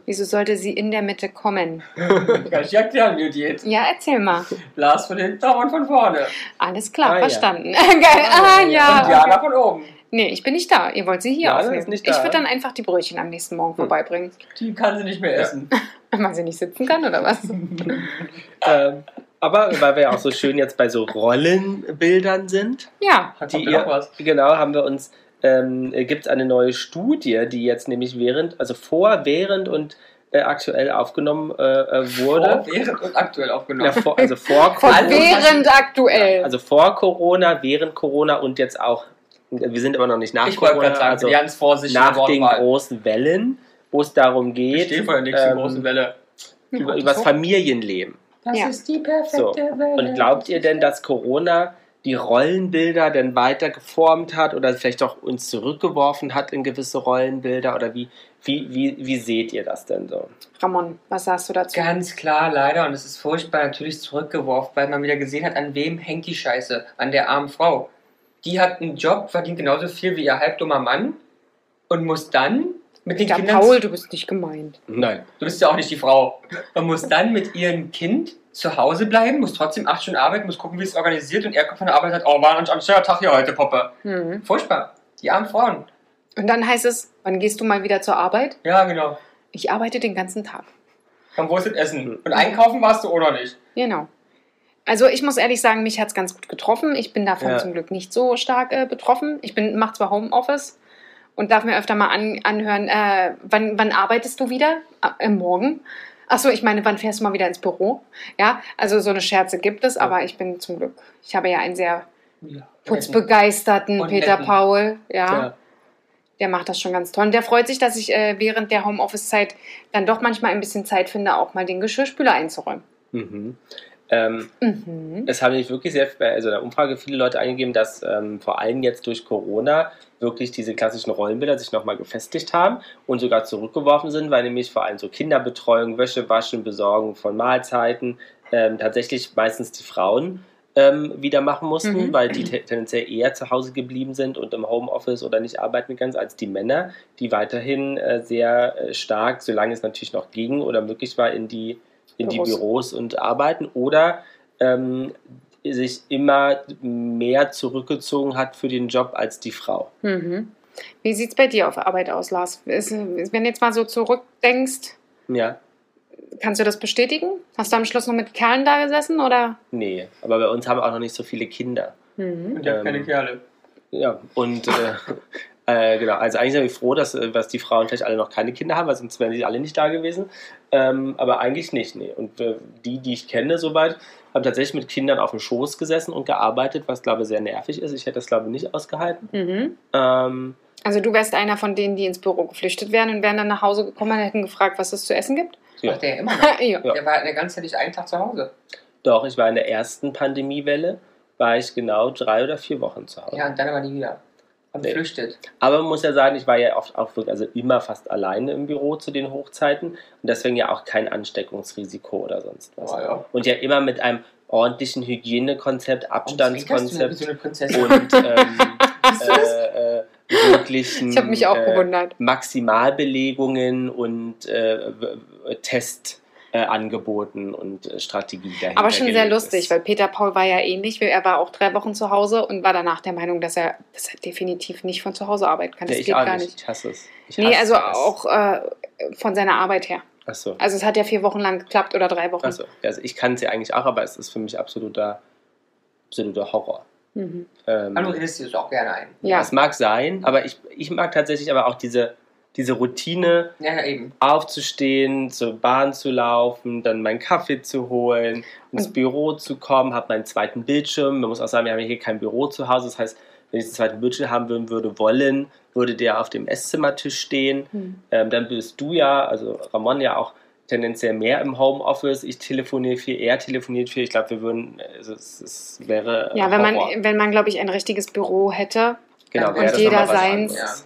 Speaker 2: Wieso sollte sie in der Mitte kommen?
Speaker 1: Kann ich dir erklären, wie die geht.
Speaker 2: Ja, erzähl mal.
Speaker 1: Lars von hinten und von vorne.
Speaker 2: Alles klar,
Speaker 4: Ah, ja.
Speaker 2: verstanden. (laughs) Geil. Ah,
Speaker 1: Und
Speaker 2: ja.
Speaker 1: Diana von oben.
Speaker 2: Nee, ich bin nicht da. Ihr wollt sie hier
Speaker 4: Jana
Speaker 2: aufnehmen.
Speaker 4: ist nicht
Speaker 2: Ich
Speaker 4: da. Hm.
Speaker 2: würde dann einfach die Brötchen am nächsten Morgen vorbeibringen. (laughs)
Speaker 1: Die kann sie nicht mehr essen.
Speaker 2: Weil sie nicht sitzen kann oder
Speaker 4: (laughs)
Speaker 2: was?
Speaker 4: Ähm, aber weil wir ja auch so schön jetzt bei so Rollenbildern sind,
Speaker 2: Ja.
Speaker 1: Da kommt
Speaker 4: Die
Speaker 1: ja
Speaker 4: ihr-
Speaker 1: noch was.
Speaker 4: genau, haben wir uns, ähm, gibt es eine neue Studie, die jetzt nämlich während, also vor, während und äh, aktuell aufgenommen äh, äh, wurde.
Speaker 1: Vor, während und aktuell aufgenommen.
Speaker 4: Ja, vor, also
Speaker 1: (laughs)
Speaker 4: vor
Speaker 2: Von
Speaker 1: Also-
Speaker 2: während aktuell.
Speaker 4: Ja, also vor Corona, während Corona und jetzt auch, wir sind immer noch nicht nach
Speaker 1: ich wollte
Speaker 4: Corona,
Speaker 1: gerade sagen,
Speaker 4: also
Speaker 1: ganz vorsichtig
Speaker 4: nach den großen Wellen, wo es darum
Speaker 1: Ich
Speaker 4: geht,
Speaker 1: stehe vor der nächsten
Speaker 4: ähm,
Speaker 1: großen Welle.
Speaker 4: über, über das Familienleben.
Speaker 1: Das
Speaker 2: Ja.
Speaker 1: ist die perfekte
Speaker 4: So.
Speaker 1: Welle.
Speaker 4: Und glaubt ihr denn, dass Corona die Rollenbilder denn weiter geformt hat oder vielleicht auch uns zurückgeworfen hat in gewisse Rollenbilder? Oder wie, wie, wie, wie seht ihr das denn so?
Speaker 2: Ramon, was sagst du dazu?
Speaker 1: Ganz klar, leider, und es ist furchtbar natürlich zurückgeworfen, weil man wieder gesehen hat, an wem hängt die Scheiße? An der armen Frau. Die hat einen Job, verdient genauso viel wie ihr halbdummer Mann und muss dann mit den
Speaker 2: Ja,
Speaker 1: Kindern.
Speaker 2: Paul, du bist nicht gemeint.
Speaker 4: Nein.
Speaker 1: Du bist ja auch nicht die Frau. Man muss dann mit ihrem Kind zu Hause bleiben, muss trotzdem acht Stunden arbeiten, muss gucken, wie es organisiert und er kommt von der Arbeit und sagt, oh, war ein schöner Tag hier heute, Poppe.
Speaker 2: Mhm.
Speaker 1: Furchtbar. Die armen Frauen.
Speaker 2: Und dann heißt es, wann gehst du mal wieder zur Arbeit?
Speaker 1: Ja, genau.
Speaker 2: Ich arbeite den ganzen Tag.
Speaker 1: Komm, wo ist das Essen? Und einkaufen warst du oder nicht?
Speaker 2: Genau. Also ich muss ehrlich sagen, mich hat es ganz gut getroffen. Ich bin davon
Speaker 4: Ja.
Speaker 2: zum Glück nicht so stark äh, betroffen. Ich mache zwar Homeoffice und darf mir öfter mal an, anhören, äh, wann, wann arbeitest du wieder? Ah, äh, morgen. Achso, ich meine, wann fährst du mal wieder ins Büro? Ja, also so eine Scherze gibt es, aber ich bin zum Glück, ich habe ja einen sehr
Speaker 1: Ja.
Speaker 2: putzbegeisterten
Speaker 1: Und
Speaker 2: Peter
Speaker 1: netten.
Speaker 2: Paul. Ja,
Speaker 4: Ja.
Speaker 2: der macht das schon ganz toll. Und der freut sich, dass ich äh, während der Homeoffice-Zeit dann doch manchmal ein bisschen Zeit finde, auch mal den Geschirrspüler einzuräumen.
Speaker 4: Mhm. Ähm,
Speaker 2: Mhm.
Speaker 4: es haben nämlich wirklich sehr, also in der Umfrage viele Leute eingegeben, dass ähm, vor allem jetzt durch Corona wirklich diese klassischen Rollenbilder sich nochmal gefestigt haben und sogar zurückgeworfen sind, weil nämlich vor allem so Kinderbetreuung, Wäsche waschen, Besorgung von Mahlzeiten ähm, tatsächlich meistens die Frauen ähm, wieder machen mussten,
Speaker 2: Mhm.
Speaker 4: weil die te tendenziell eher zu Hause geblieben sind und im Homeoffice oder nicht arbeiten ganz als die Männer, die weiterhin äh, sehr äh, stark, solange es natürlich noch ging oder möglich war, in die, in die
Speaker 2: Büros.
Speaker 4: Büros und arbeiten oder ähm, sich immer mehr zurückgezogen hat für den Job als die Frau.
Speaker 2: Mhm. Wie sieht es bei dir auf Arbeit aus, Lars? Ist, ist- wenn du jetzt mal so zurückdenkst,
Speaker 4: Ja.
Speaker 2: kannst du das bestätigen? Hast du am Schluss noch mit Kerlen da gesessen oder?
Speaker 4: Nee, aber bei uns haben auch noch nicht so viele Kinder.
Speaker 1: Und der hat keine
Speaker 4: Ähm,
Speaker 1: Kerle.
Speaker 4: Ja, und äh, (laughs) äh, genau, also eigentlich sind wir froh, dass, äh, dass die Frauen vielleicht alle noch keine Kinder haben, weil sonst wären sie alle nicht da gewesen. Ähm, aber eigentlich nicht, nee. Und äh, die, die ich kenne soweit, haben tatsächlich mit Kindern auf dem Schoß gesessen und gearbeitet, was glaube ich sehr nervig ist. Ich hätte das glaube ich nicht ausgehalten.
Speaker 2: Mhm.
Speaker 4: Ähm,
Speaker 2: Also du wärst einer von denen, die ins Büro geflüchtet wären und wären dann nach Hause gekommen und hätten gefragt, was es zu essen gibt? (laughs)
Speaker 4: Ja.
Speaker 1: Macht er ja immer noch.
Speaker 2: ja.
Speaker 4: Ja.
Speaker 1: Der war halt eine ganze Zeit nicht einen Tag zu Hause.
Speaker 4: doch, ich war in der ersten Pandemiewelle, war ich genau drei oder vier Wochen zu Hause.
Speaker 1: Ja, und dann aber nie wieder. Und
Speaker 4: Nee.
Speaker 1: geflüchtet.
Speaker 4: Aber man muss ja sagen, ich war ja oft auch wirklich, also immer fast alleine im Büro zu den Hochzeiten und deswegen ja auch kein Ansteckungsrisiko oder sonst was.
Speaker 1: Oh, ja.
Speaker 4: Und ja immer mit einem ordentlichen Hygienekonzept,
Speaker 1: Konzept.
Speaker 4: Abstandskonzept
Speaker 1: So eine Prinzessin.
Speaker 4: und ähm,
Speaker 2: (laughs)
Speaker 4: äh, äh, wirklichen äh,
Speaker 2: Ich habe mich
Speaker 4: Ähm,
Speaker 2: auch gewundert.
Speaker 4: Maximalbelegungen und äh, w- w- Test. Äh, Angeboten und äh, Strategie dahinter.
Speaker 2: Aber schon sehr
Speaker 4: gelegt
Speaker 2: lustig,
Speaker 4: ist.
Speaker 2: weil Peter Paul war ja ähnlich. Er war auch drei Wochen zu Hause und war danach der Meinung, dass er, dass er definitiv nicht von zu Hause arbeiten kann.
Speaker 4: ja,
Speaker 2: Das
Speaker 4: ich
Speaker 2: geht
Speaker 4: auch
Speaker 2: gar
Speaker 4: nicht.
Speaker 2: nicht.
Speaker 4: Ich hasse es. Ich
Speaker 2: Nee, also
Speaker 4: hasse es.
Speaker 2: auch äh, von seiner Arbeit her.
Speaker 4: Ach so.
Speaker 2: Also es hat ja vier Wochen lang geklappt oder drei Wochen.
Speaker 4: Also, also ich kann es ja eigentlich auch, aber es ist für mich absoluter, absoluter Horror.
Speaker 2: Mhm.
Speaker 4: Ähm,
Speaker 1: Aber du redest dir das auch gerne ein.
Speaker 2: Ja.
Speaker 4: Es mag sein, aber ich, ich mag tatsächlich aber auch diese, diese Routine,
Speaker 1: Ja, ja, eben.
Speaker 4: aufzustehen, zur Bahn zu laufen, dann meinen Kaffee zu holen, ins
Speaker 2: Und-
Speaker 4: Büro zu kommen, habe meinen zweiten Bildschirm. Man muss auch sagen, wir haben ja hier kein Büro zu Hause. Das heißt, wenn ich den zweiten Bildschirm haben würden, würde wollen, würde der auf dem Esszimmertisch stehen.
Speaker 2: Mhm.
Speaker 4: Ähm, dann bist du ja, also Ramon ja auch tendenziell mehr im Homeoffice. Ich telefoniere viel, er telefoniert viel. Ich glaube, wir würden, also es, es wäre.
Speaker 2: Ja, wenn man,
Speaker 4: Äh, Horror.
Speaker 2: wenn man, glaube ich, ein richtiges Büro hätte,
Speaker 4: genau,
Speaker 1: und
Speaker 4: wäre das
Speaker 2: jeder
Speaker 4: nochmal was
Speaker 2: seins.
Speaker 4: anderes.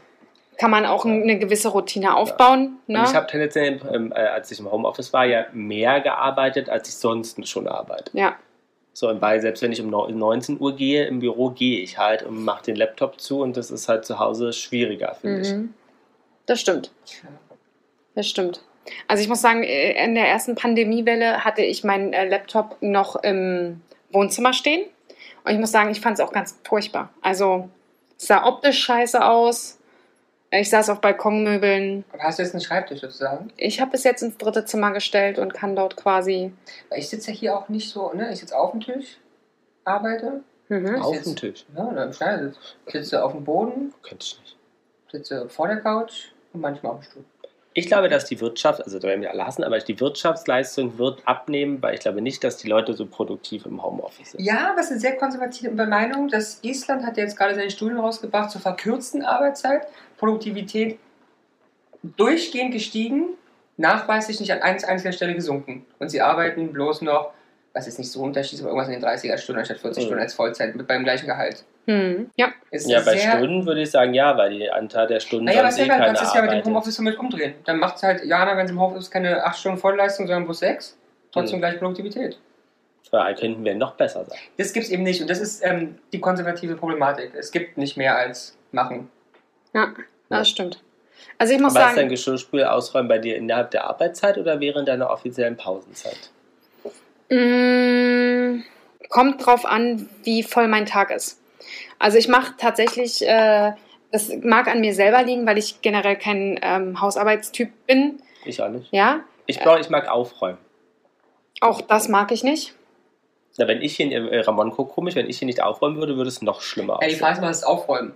Speaker 1: Ja.
Speaker 2: kann man auch eine gewisse Routine aufbauen.
Speaker 4: Und ich
Speaker 2: Ne?
Speaker 4: habe tendenziell, ähm, äh, als ich im Homeoffice war, ja mehr gearbeitet, als ich sonst schon arbeite.
Speaker 2: Ja,
Speaker 4: So, und weil selbst wenn ich um neu- 19 Uhr gehe, im Büro gehe ich halt und mache den Laptop zu und das ist halt zu Hause schwieriger, finde ich.
Speaker 2: mhm. das stimmt. Das stimmt. Also ich muss sagen, äh, in der ersten Pandemiewelle hatte ich meinen äh, Laptop noch im Wohnzimmer stehen. Und ich muss sagen, ich fand es auch ganz furchtbar. Also Sah optisch scheiße aus. Äh, Ich saß auf Balkonmöbeln.
Speaker 1: Aber hast du jetzt einen Schreibtisch sozusagen?
Speaker 2: Ich habe es jetzt ins dritte Zimmer gestellt und kann dort quasi.
Speaker 1: Weil ich sitze ja hier auch nicht so, ne? Ich sitze auf dem Tisch, arbeite. ne?
Speaker 2: Mhm.
Speaker 4: Auf
Speaker 1: jetzt-
Speaker 4: dem Tisch.
Speaker 1: Ja, oder im Schneidersitz. Ich sitze auf dem Boden,
Speaker 4: Könntest nicht.
Speaker 1: sitze vor der Couch und manchmal auf dem Stuhl.
Speaker 4: Ich glaube, dass die Wirtschaft, also da werden wir alle hassen, aber die Wirtschaftsleistung wird abnehmen, weil ich glaube nicht, dass die Leute so produktiv im Homeoffice sind.
Speaker 1: Ja, aber es ist eine sehr konservative Meinung, dass Island hat ja jetzt gerade seine Studien rausgebracht zur verkürzten Arbeitszeit, Produktivität durchgehend gestiegen, nachweislich nicht an eins einziger Stelle gesunken. Und sie arbeiten bloß noch, was ist nicht so ein unterschiedlich, aber irgendwas in den 30er Stunden anstatt 40
Speaker 4: Mhm.
Speaker 1: Stunden als Vollzeit mit beim gleichen Gehalt.
Speaker 2: Hm. Ja,
Speaker 1: Ist
Speaker 4: Ja, bei
Speaker 1: sehr-
Speaker 4: Stunden würde ich sagen, ja, weil die Anzahl der Stunden
Speaker 1: Naja, aber
Speaker 4: sonst eh
Speaker 1: selber
Speaker 4: keine
Speaker 1: kannst du es ja mit dem
Speaker 4: Arbeit ist.
Speaker 1: Homeoffice somit umdrehen. Dann macht halt Jana, wenn sie im Homeoffice keine 8 Stunden Vollleistung, sondern bloß 6, trotzdem
Speaker 4: Mhm.
Speaker 1: gleich Produktivität.
Speaker 4: Da könnten wir noch besser sein.
Speaker 1: Das gibt es eben nicht und das ist ähm, die konservative Problematik. Es gibt nicht mehr als machen.
Speaker 2: das stimmt. Also ich muss
Speaker 4: Aber ist dein
Speaker 2: sagen,
Speaker 4: Geschirrspül ausräumen bei dir innerhalb der Arbeitszeit oder während deiner offiziellen Pausenzeit?
Speaker 2: mh, Mm, kommt drauf an, wie voll mein Tag ist. Also ich mache tatsächlich, äh, das mag an mir selber liegen, weil ich generell kein ähm, Hausarbeitstyp bin.
Speaker 4: Ich auch nicht.
Speaker 2: Ja,
Speaker 4: Ich, brauch, ich mag aufräumen.
Speaker 2: auch das mag ich nicht.
Speaker 4: Na, wenn ich hier, in- äh, Ramon guckt komisch, wenn ich hier nicht aufräumen würde, würde es noch schlimmer
Speaker 1: Ja, die
Speaker 4: aussehen.
Speaker 1: Frage ist mal, das Aufräumen.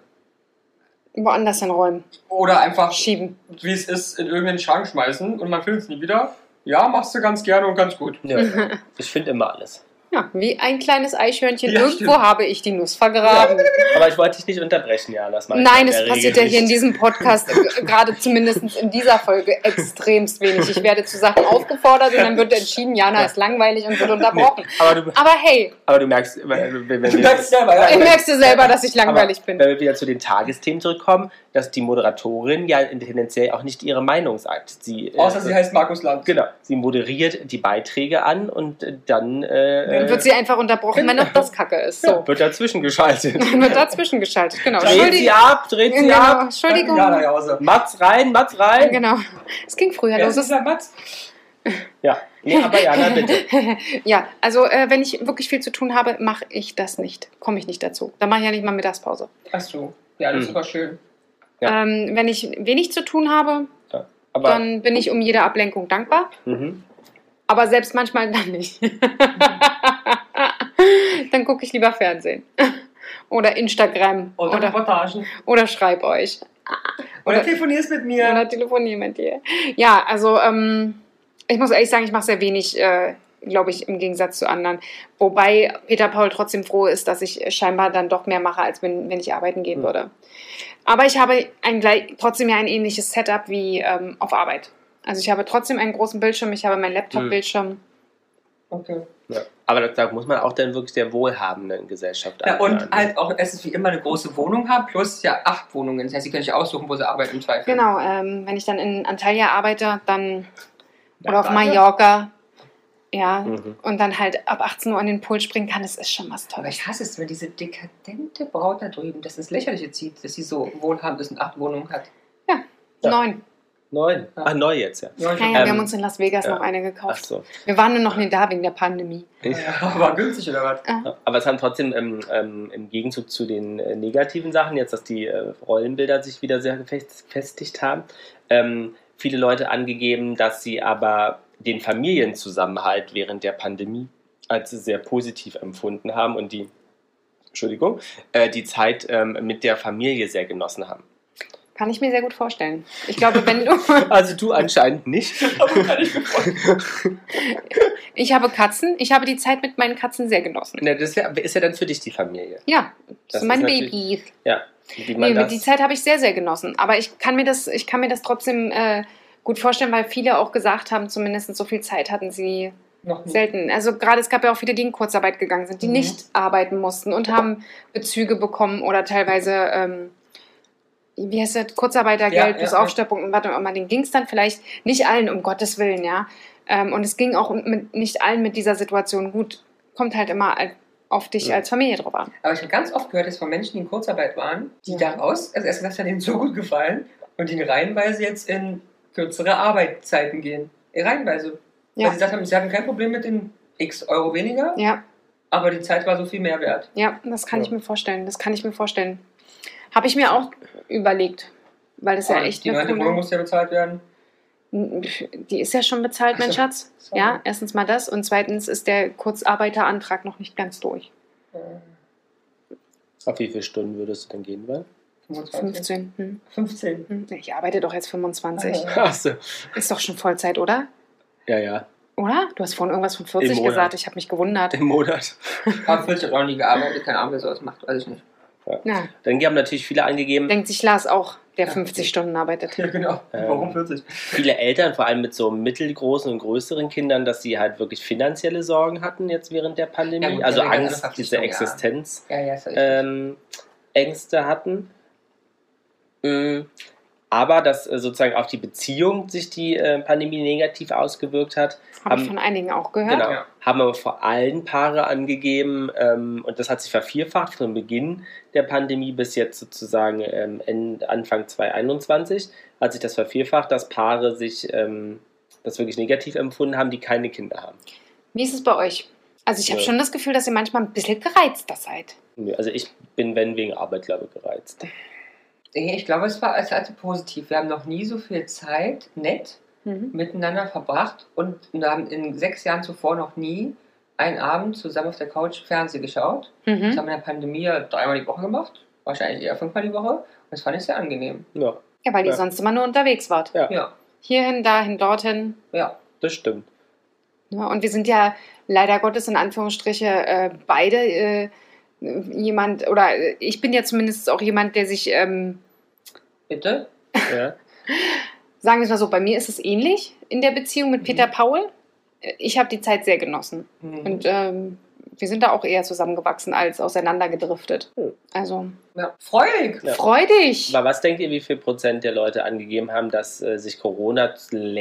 Speaker 2: Woanders hinräumen,
Speaker 1: Oder einfach,
Speaker 2: schieben.
Speaker 1: wie es ist, in irgendeinen Schrank schmeißen und man findet es nie wieder. Ja, machst du ganz gerne und ganz gut.
Speaker 2: (laughs)
Speaker 4: Ja, ich finde immer alles.
Speaker 2: Ja, wie ein kleines Eichhörnchen.
Speaker 1: Ja,
Speaker 2: Irgendwo
Speaker 1: stimmt.
Speaker 2: habe ich die Nuss vergraben.
Speaker 4: Aber ich wollte dich nicht unterbrechen, ja, das meine ich
Speaker 2: Nein,
Speaker 4: in
Speaker 2: es
Speaker 4: der
Speaker 2: passiert ja
Speaker 4: Regel
Speaker 2: hier in
Speaker 4: nicht.
Speaker 2: diesem
Speaker 4: (laughs)
Speaker 2: Podcast, äh, gerade zumindest in dieser Folge, extremst wenig. Ich werde zu Sachen aufgefordert und dann wird entschieden, Jana ist langweilig und wird unterbrochen.
Speaker 4: Aber du,
Speaker 2: Aber hey,
Speaker 4: aber du merkst,
Speaker 2: (laughs)
Speaker 4: wenn
Speaker 1: (laughs)
Speaker 4: wenn wir,
Speaker 1: selber,
Speaker 2: ich
Speaker 4: (laughs)
Speaker 2: merkst du selber, dass ich langweilig
Speaker 4: aber, äh,
Speaker 2: bin.
Speaker 4: Wenn wir wieder zu den Tagesthemen zurückkommen, dass die Moderatorin ja tendenziell auch nicht ihre Meinung sagt. Sie, äh,
Speaker 1: Außer sie halt- heißt Markus Land.
Speaker 4: Genau, sie moderiert die Beiträge an und äh, dann äh,
Speaker 2: Dann wird sie einfach unterbrochen, wenn auch das Kacke ist. So.
Speaker 4: wird dazwischen
Speaker 2: (laughs)
Speaker 4: geschaltet.
Speaker 2: Dann wird dazwischen geschaltet. Genau.
Speaker 4: dreht sie
Speaker 2: Entschuldigung.
Speaker 4: ab, dreht sie
Speaker 2: Genau.
Speaker 4: ab.
Speaker 2: Entschuldigung.
Speaker 1: Ja, da Hause.
Speaker 4: Matz rein, Matz rein.
Speaker 2: Genau. Es ging früher
Speaker 1: Ja,
Speaker 2: los.
Speaker 1: das ist der Matz.
Speaker 4: Ja, nee, aber ja, na bitte.
Speaker 2: Ja, also äh, wenn ich wirklich viel zu tun habe, mache ich das nicht. Komme ich nicht dazu. Dann mache ich ja nicht mal Mittagspause.
Speaker 1: Ach so. Ja, das ist
Speaker 4: Mhm.
Speaker 1: super schön.
Speaker 4: Ja.
Speaker 2: Ähm, wenn ich wenig zu tun habe,
Speaker 4: Aber,
Speaker 2: dann bin ich um jede Ablenkung dankbar.
Speaker 4: mhm.
Speaker 2: Aber selbst manchmal dann nicht. (laughs) dann gucke ich lieber Fernsehen. Oder Instagram.
Speaker 1: Oder,
Speaker 2: Oder,
Speaker 1: Reportagen.
Speaker 2: oder schreib euch.
Speaker 1: Oder
Speaker 2: Oder-
Speaker 1: telefonierst mit mir.
Speaker 2: Oder telefoniere mit dir. Ja, also ähm, ich muss ehrlich sagen, ich mache sehr wenig, äh, glaube ich, im Gegensatz zu anderen. Wobei Peter Paul trotzdem froh ist, dass ich scheinbar dann doch mehr mache, als wenn, wenn ich arbeiten gehen
Speaker 4: Hm.
Speaker 2: würde. Aber ich habe ein, gleich- trotzdem ja ein ähnliches Setup wie ähm, auf Arbeit. Also ich habe trotzdem einen großen Bildschirm, ich habe meinen Laptop-Bildschirm.
Speaker 4: Hm.
Speaker 1: Okay.
Speaker 4: ja. aber das- da muss man auch dann wirklich der wohlhabenden Gesellschaft
Speaker 1: Ja, und
Speaker 4: angehören.
Speaker 1: halt auch, es ist wie immer eine große Wohnung haben, plus ja acht Wohnungen. Das heißt, sie können sich aussuchen, wo sie arbeiten im Zweifel.
Speaker 2: Genau, ähm, wenn ich dann in Antalya arbeite, dann
Speaker 4: Ja,
Speaker 2: oder auf
Speaker 4: da-
Speaker 2: Mallorca, ja,
Speaker 4: Mhm.
Speaker 2: und dann halt ab 18 Uhr an den Pool springen kann, das ist schon was
Speaker 1: Aber
Speaker 2: Tolles.
Speaker 1: ich hasse es, wenn diese dekadente Braut da drüben das ins Lächerliche zieht, dass sie so wohlhabend ist und acht Wohnungen hat.
Speaker 4: Ja.
Speaker 2: Neun.
Speaker 4: Neun. Ah, neu jetzt, ja.
Speaker 1: Ja, ich-
Speaker 2: Naja, wir
Speaker 4: Ähm,
Speaker 2: haben uns in Las Vegas
Speaker 4: ja.
Speaker 2: noch eine
Speaker 4: Ach
Speaker 2: gekauft.
Speaker 4: so.
Speaker 2: Wir waren nur noch nicht da wegen der Pandemie.
Speaker 1: Ja, aber günstig oder was?
Speaker 4: Aber es haben trotzdem ähm, ähm, im Gegenzug zu den äh, negativen Sachen, jetzt dass die äh, Rollenbilder sich wieder sehr gefest- gefestigt haben, ähm, viele Leute angegeben, dass sie aber den Familienzusammenhalt während der Pandemie als sehr positiv empfunden haben und die, Entschuldigung, äh, die Zeit ähm, mit der Familie sehr genossen
Speaker 2: (laughs)
Speaker 4: haben.
Speaker 2: Kann ich mir sehr gut vorstellen. Ich glaube, wenn
Speaker 4: (laughs)
Speaker 2: du.
Speaker 4: Also du anscheinend nicht.
Speaker 2: Ich habe Katzen. Ich habe die Zeit mit meinen Katzen sehr genossen.
Speaker 4: Na, das ist ja, ist ja dann für dich die Familie.
Speaker 2: Ja,
Speaker 4: Das
Speaker 2: das sind meine
Speaker 4: ist natürlich-
Speaker 2: Babys.
Speaker 4: Ja. Wie man
Speaker 2: Nee,
Speaker 4: das,
Speaker 2: die Zeit habe ich sehr, sehr genossen. Aber ich kann mir das, ich kann mir das trotzdem äh, gut vorstellen, weil viele auch gesagt haben, zumindest so viel Zeit hatten sie
Speaker 1: Noch nie.
Speaker 2: Selten. Also gerade es gab ja auch viele, die in Kurzarbeit gegangen sind, die
Speaker 1: Mhm.
Speaker 2: nicht arbeiten mussten und haben Bezüge bekommen oder teilweise, ähm, wie heißt das, Kurzarbeitergeld
Speaker 1: Ja, ja,
Speaker 2: bis
Speaker 1: ja.
Speaker 2: Aufstockung und was auch immer. Den ging es dann vielleicht nicht allen, um Gottes Willen, ja. Ähm, und es ging auch mit, nicht allen mit dieser Situation gut. Kommt halt immer al- auf dich
Speaker 4: Ja.
Speaker 2: als Familie drauf an.
Speaker 1: Aber ich habe ganz oft gehört, dass von Menschen, die in Kurzarbeit waren, die
Speaker 2: Ja.
Speaker 1: daraus, also erst gesagt, hat ihnen so gut gefallen und die reihenweise jetzt in kürzere Arbeitszeiten gehen. Reihenweise.
Speaker 2: Ja.
Speaker 1: Weil sie gesagt haben, sie hatten kein Problem mit den x Euro weniger,
Speaker 2: Ja,
Speaker 1: aber die Zeit war so viel mehr wert.
Speaker 2: ja, das kann
Speaker 4: Ja.
Speaker 2: ich mir vorstellen. Das kann ich mir vorstellen. Habe ich mir auch überlegt, weil das ja
Speaker 1: Und
Speaker 2: echt
Speaker 1: die
Speaker 2: eine
Speaker 1: neunte Wohnung
Speaker 2: coole...
Speaker 1: muss ja bezahlt werden.
Speaker 2: Die ist ja schon bezahlt, mein
Speaker 1: Ach so.
Speaker 2: Schatz.
Speaker 1: Sorry.
Speaker 2: Ja, erstens mal das und zweitens ist der Kurzarbeiterantrag noch nicht ganz durch.
Speaker 4: Auf wie viele Stunden würdest du denn gehen wollen? (laughs)
Speaker 1: 25.
Speaker 2: 15. Hm.
Speaker 1: 15.
Speaker 2: Hm. Ich arbeite doch jetzt 25.
Speaker 1: Ah,
Speaker 4: Achso.
Speaker 2: Ist doch schon Vollzeit, oder?
Speaker 4: Ja, ja.
Speaker 2: Oder? Du hast vorhin irgendwas von 40
Speaker 4: Im Monat.
Speaker 2: gesagt, ich habe mich gewundert.
Speaker 4: Im Monat.
Speaker 1: Ab 40 hat auch noch nie gearbeitet, keine Ahnung, wer sowas macht, weiß ich nicht.
Speaker 2: Ja,
Speaker 4: Dann haben natürlich viele angegeben,
Speaker 2: denkt sich Lars auch, der
Speaker 1: Ja.
Speaker 2: 50 Stunden arbeitet.
Speaker 1: Ja, genau.
Speaker 4: (laughs) Ähm.
Speaker 1: Warum 40?
Speaker 4: viele Eltern, vor allem mit so mittelgroßen und größeren Kindern, dass sie halt wirklich finanzielle Sorgen hatten jetzt während der Pandemie.
Speaker 1: Ja, gut,
Speaker 4: also
Speaker 1: das ist eine
Speaker 4: Angst,
Speaker 1: andere
Speaker 4: diese
Speaker 1: Verpflichtung, ja.
Speaker 4: Existenzängste
Speaker 1: Ja, ja, ist ja richtig.
Speaker 4: ähm, Ängste hatten. Mm, Aber dass äh, sozusagen auf die Beziehung sich die äh, Pandemie negativ ausgewirkt hat,
Speaker 2: Habe
Speaker 4: Am-
Speaker 2: ich von einigen auch gehört.
Speaker 4: Ähm, Genau.
Speaker 1: Ja.
Speaker 4: Haben aber vor allem Paare angegeben, ähm, und das hat sich vervierfacht von Beginn der Pandemie bis jetzt sozusagen ähm, Ende- Anfang 2021, hat sich das vervierfacht, dass Paare sich ähm, das wirklich negativ empfunden haben, die keine Kinder haben.
Speaker 2: Wie ist es bei euch? Also ich habe
Speaker 4: Ja.
Speaker 2: schon das Gefühl, dass ihr manchmal ein bisschen gereizter seid.
Speaker 4: Nö, Also ich bin, wenn wegen Arbeit, glaube ich, gereizt.
Speaker 1: Nee, Ich glaube, es war als also positiv. Wir haben noch nie so viel Zeit nett Mhm. miteinander verbracht und wir haben in sechs Jahren zuvor noch nie einen Abend zusammen auf der Couch Fernsehen geschaut. Das
Speaker 2: Mhm.
Speaker 1: haben wir in der Pandemie ja dreimal die Woche gemacht, wahrscheinlich eher fünfmal die Woche. Und das fand ich sehr angenehm.
Speaker 4: Ja,
Speaker 2: Ja, weil ihr
Speaker 4: Ja.
Speaker 2: sonst immer nur unterwegs wart.
Speaker 4: Ja.
Speaker 1: Ja,
Speaker 2: Hierhin, dahin, dorthin.
Speaker 1: ja.
Speaker 4: das stimmt.
Speaker 2: Ja, und wir sind ja leider Gottes in Anführungsstriche äh, beide äh, jemand, oder äh, ich bin ja zumindest auch jemand, der sich, ähm,
Speaker 1: Bitte?
Speaker 4: Ja.
Speaker 2: sagen wir es mal so, bei mir ist es ähnlich in der Beziehung mit
Speaker 1: Mhm.
Speaker 2: Peter Paul. Äh, Ich habe die Zeit sehr genossen.
Speaker 1: Mhm.
Speaker 2: Und ähm, wir sind da auch eher zusammengewachsen als auseinandergedriftet.
Speaker 4: Mhm.
Speaker 2: Also
Speaker 1: ja. Freudig!
Speaker 4: Ja.
Speaker 2: freu dich!
Speaker 4: Aber was denkt ihr, wie viel Prozent der Leute angegeben haben, dass äh, sich Corona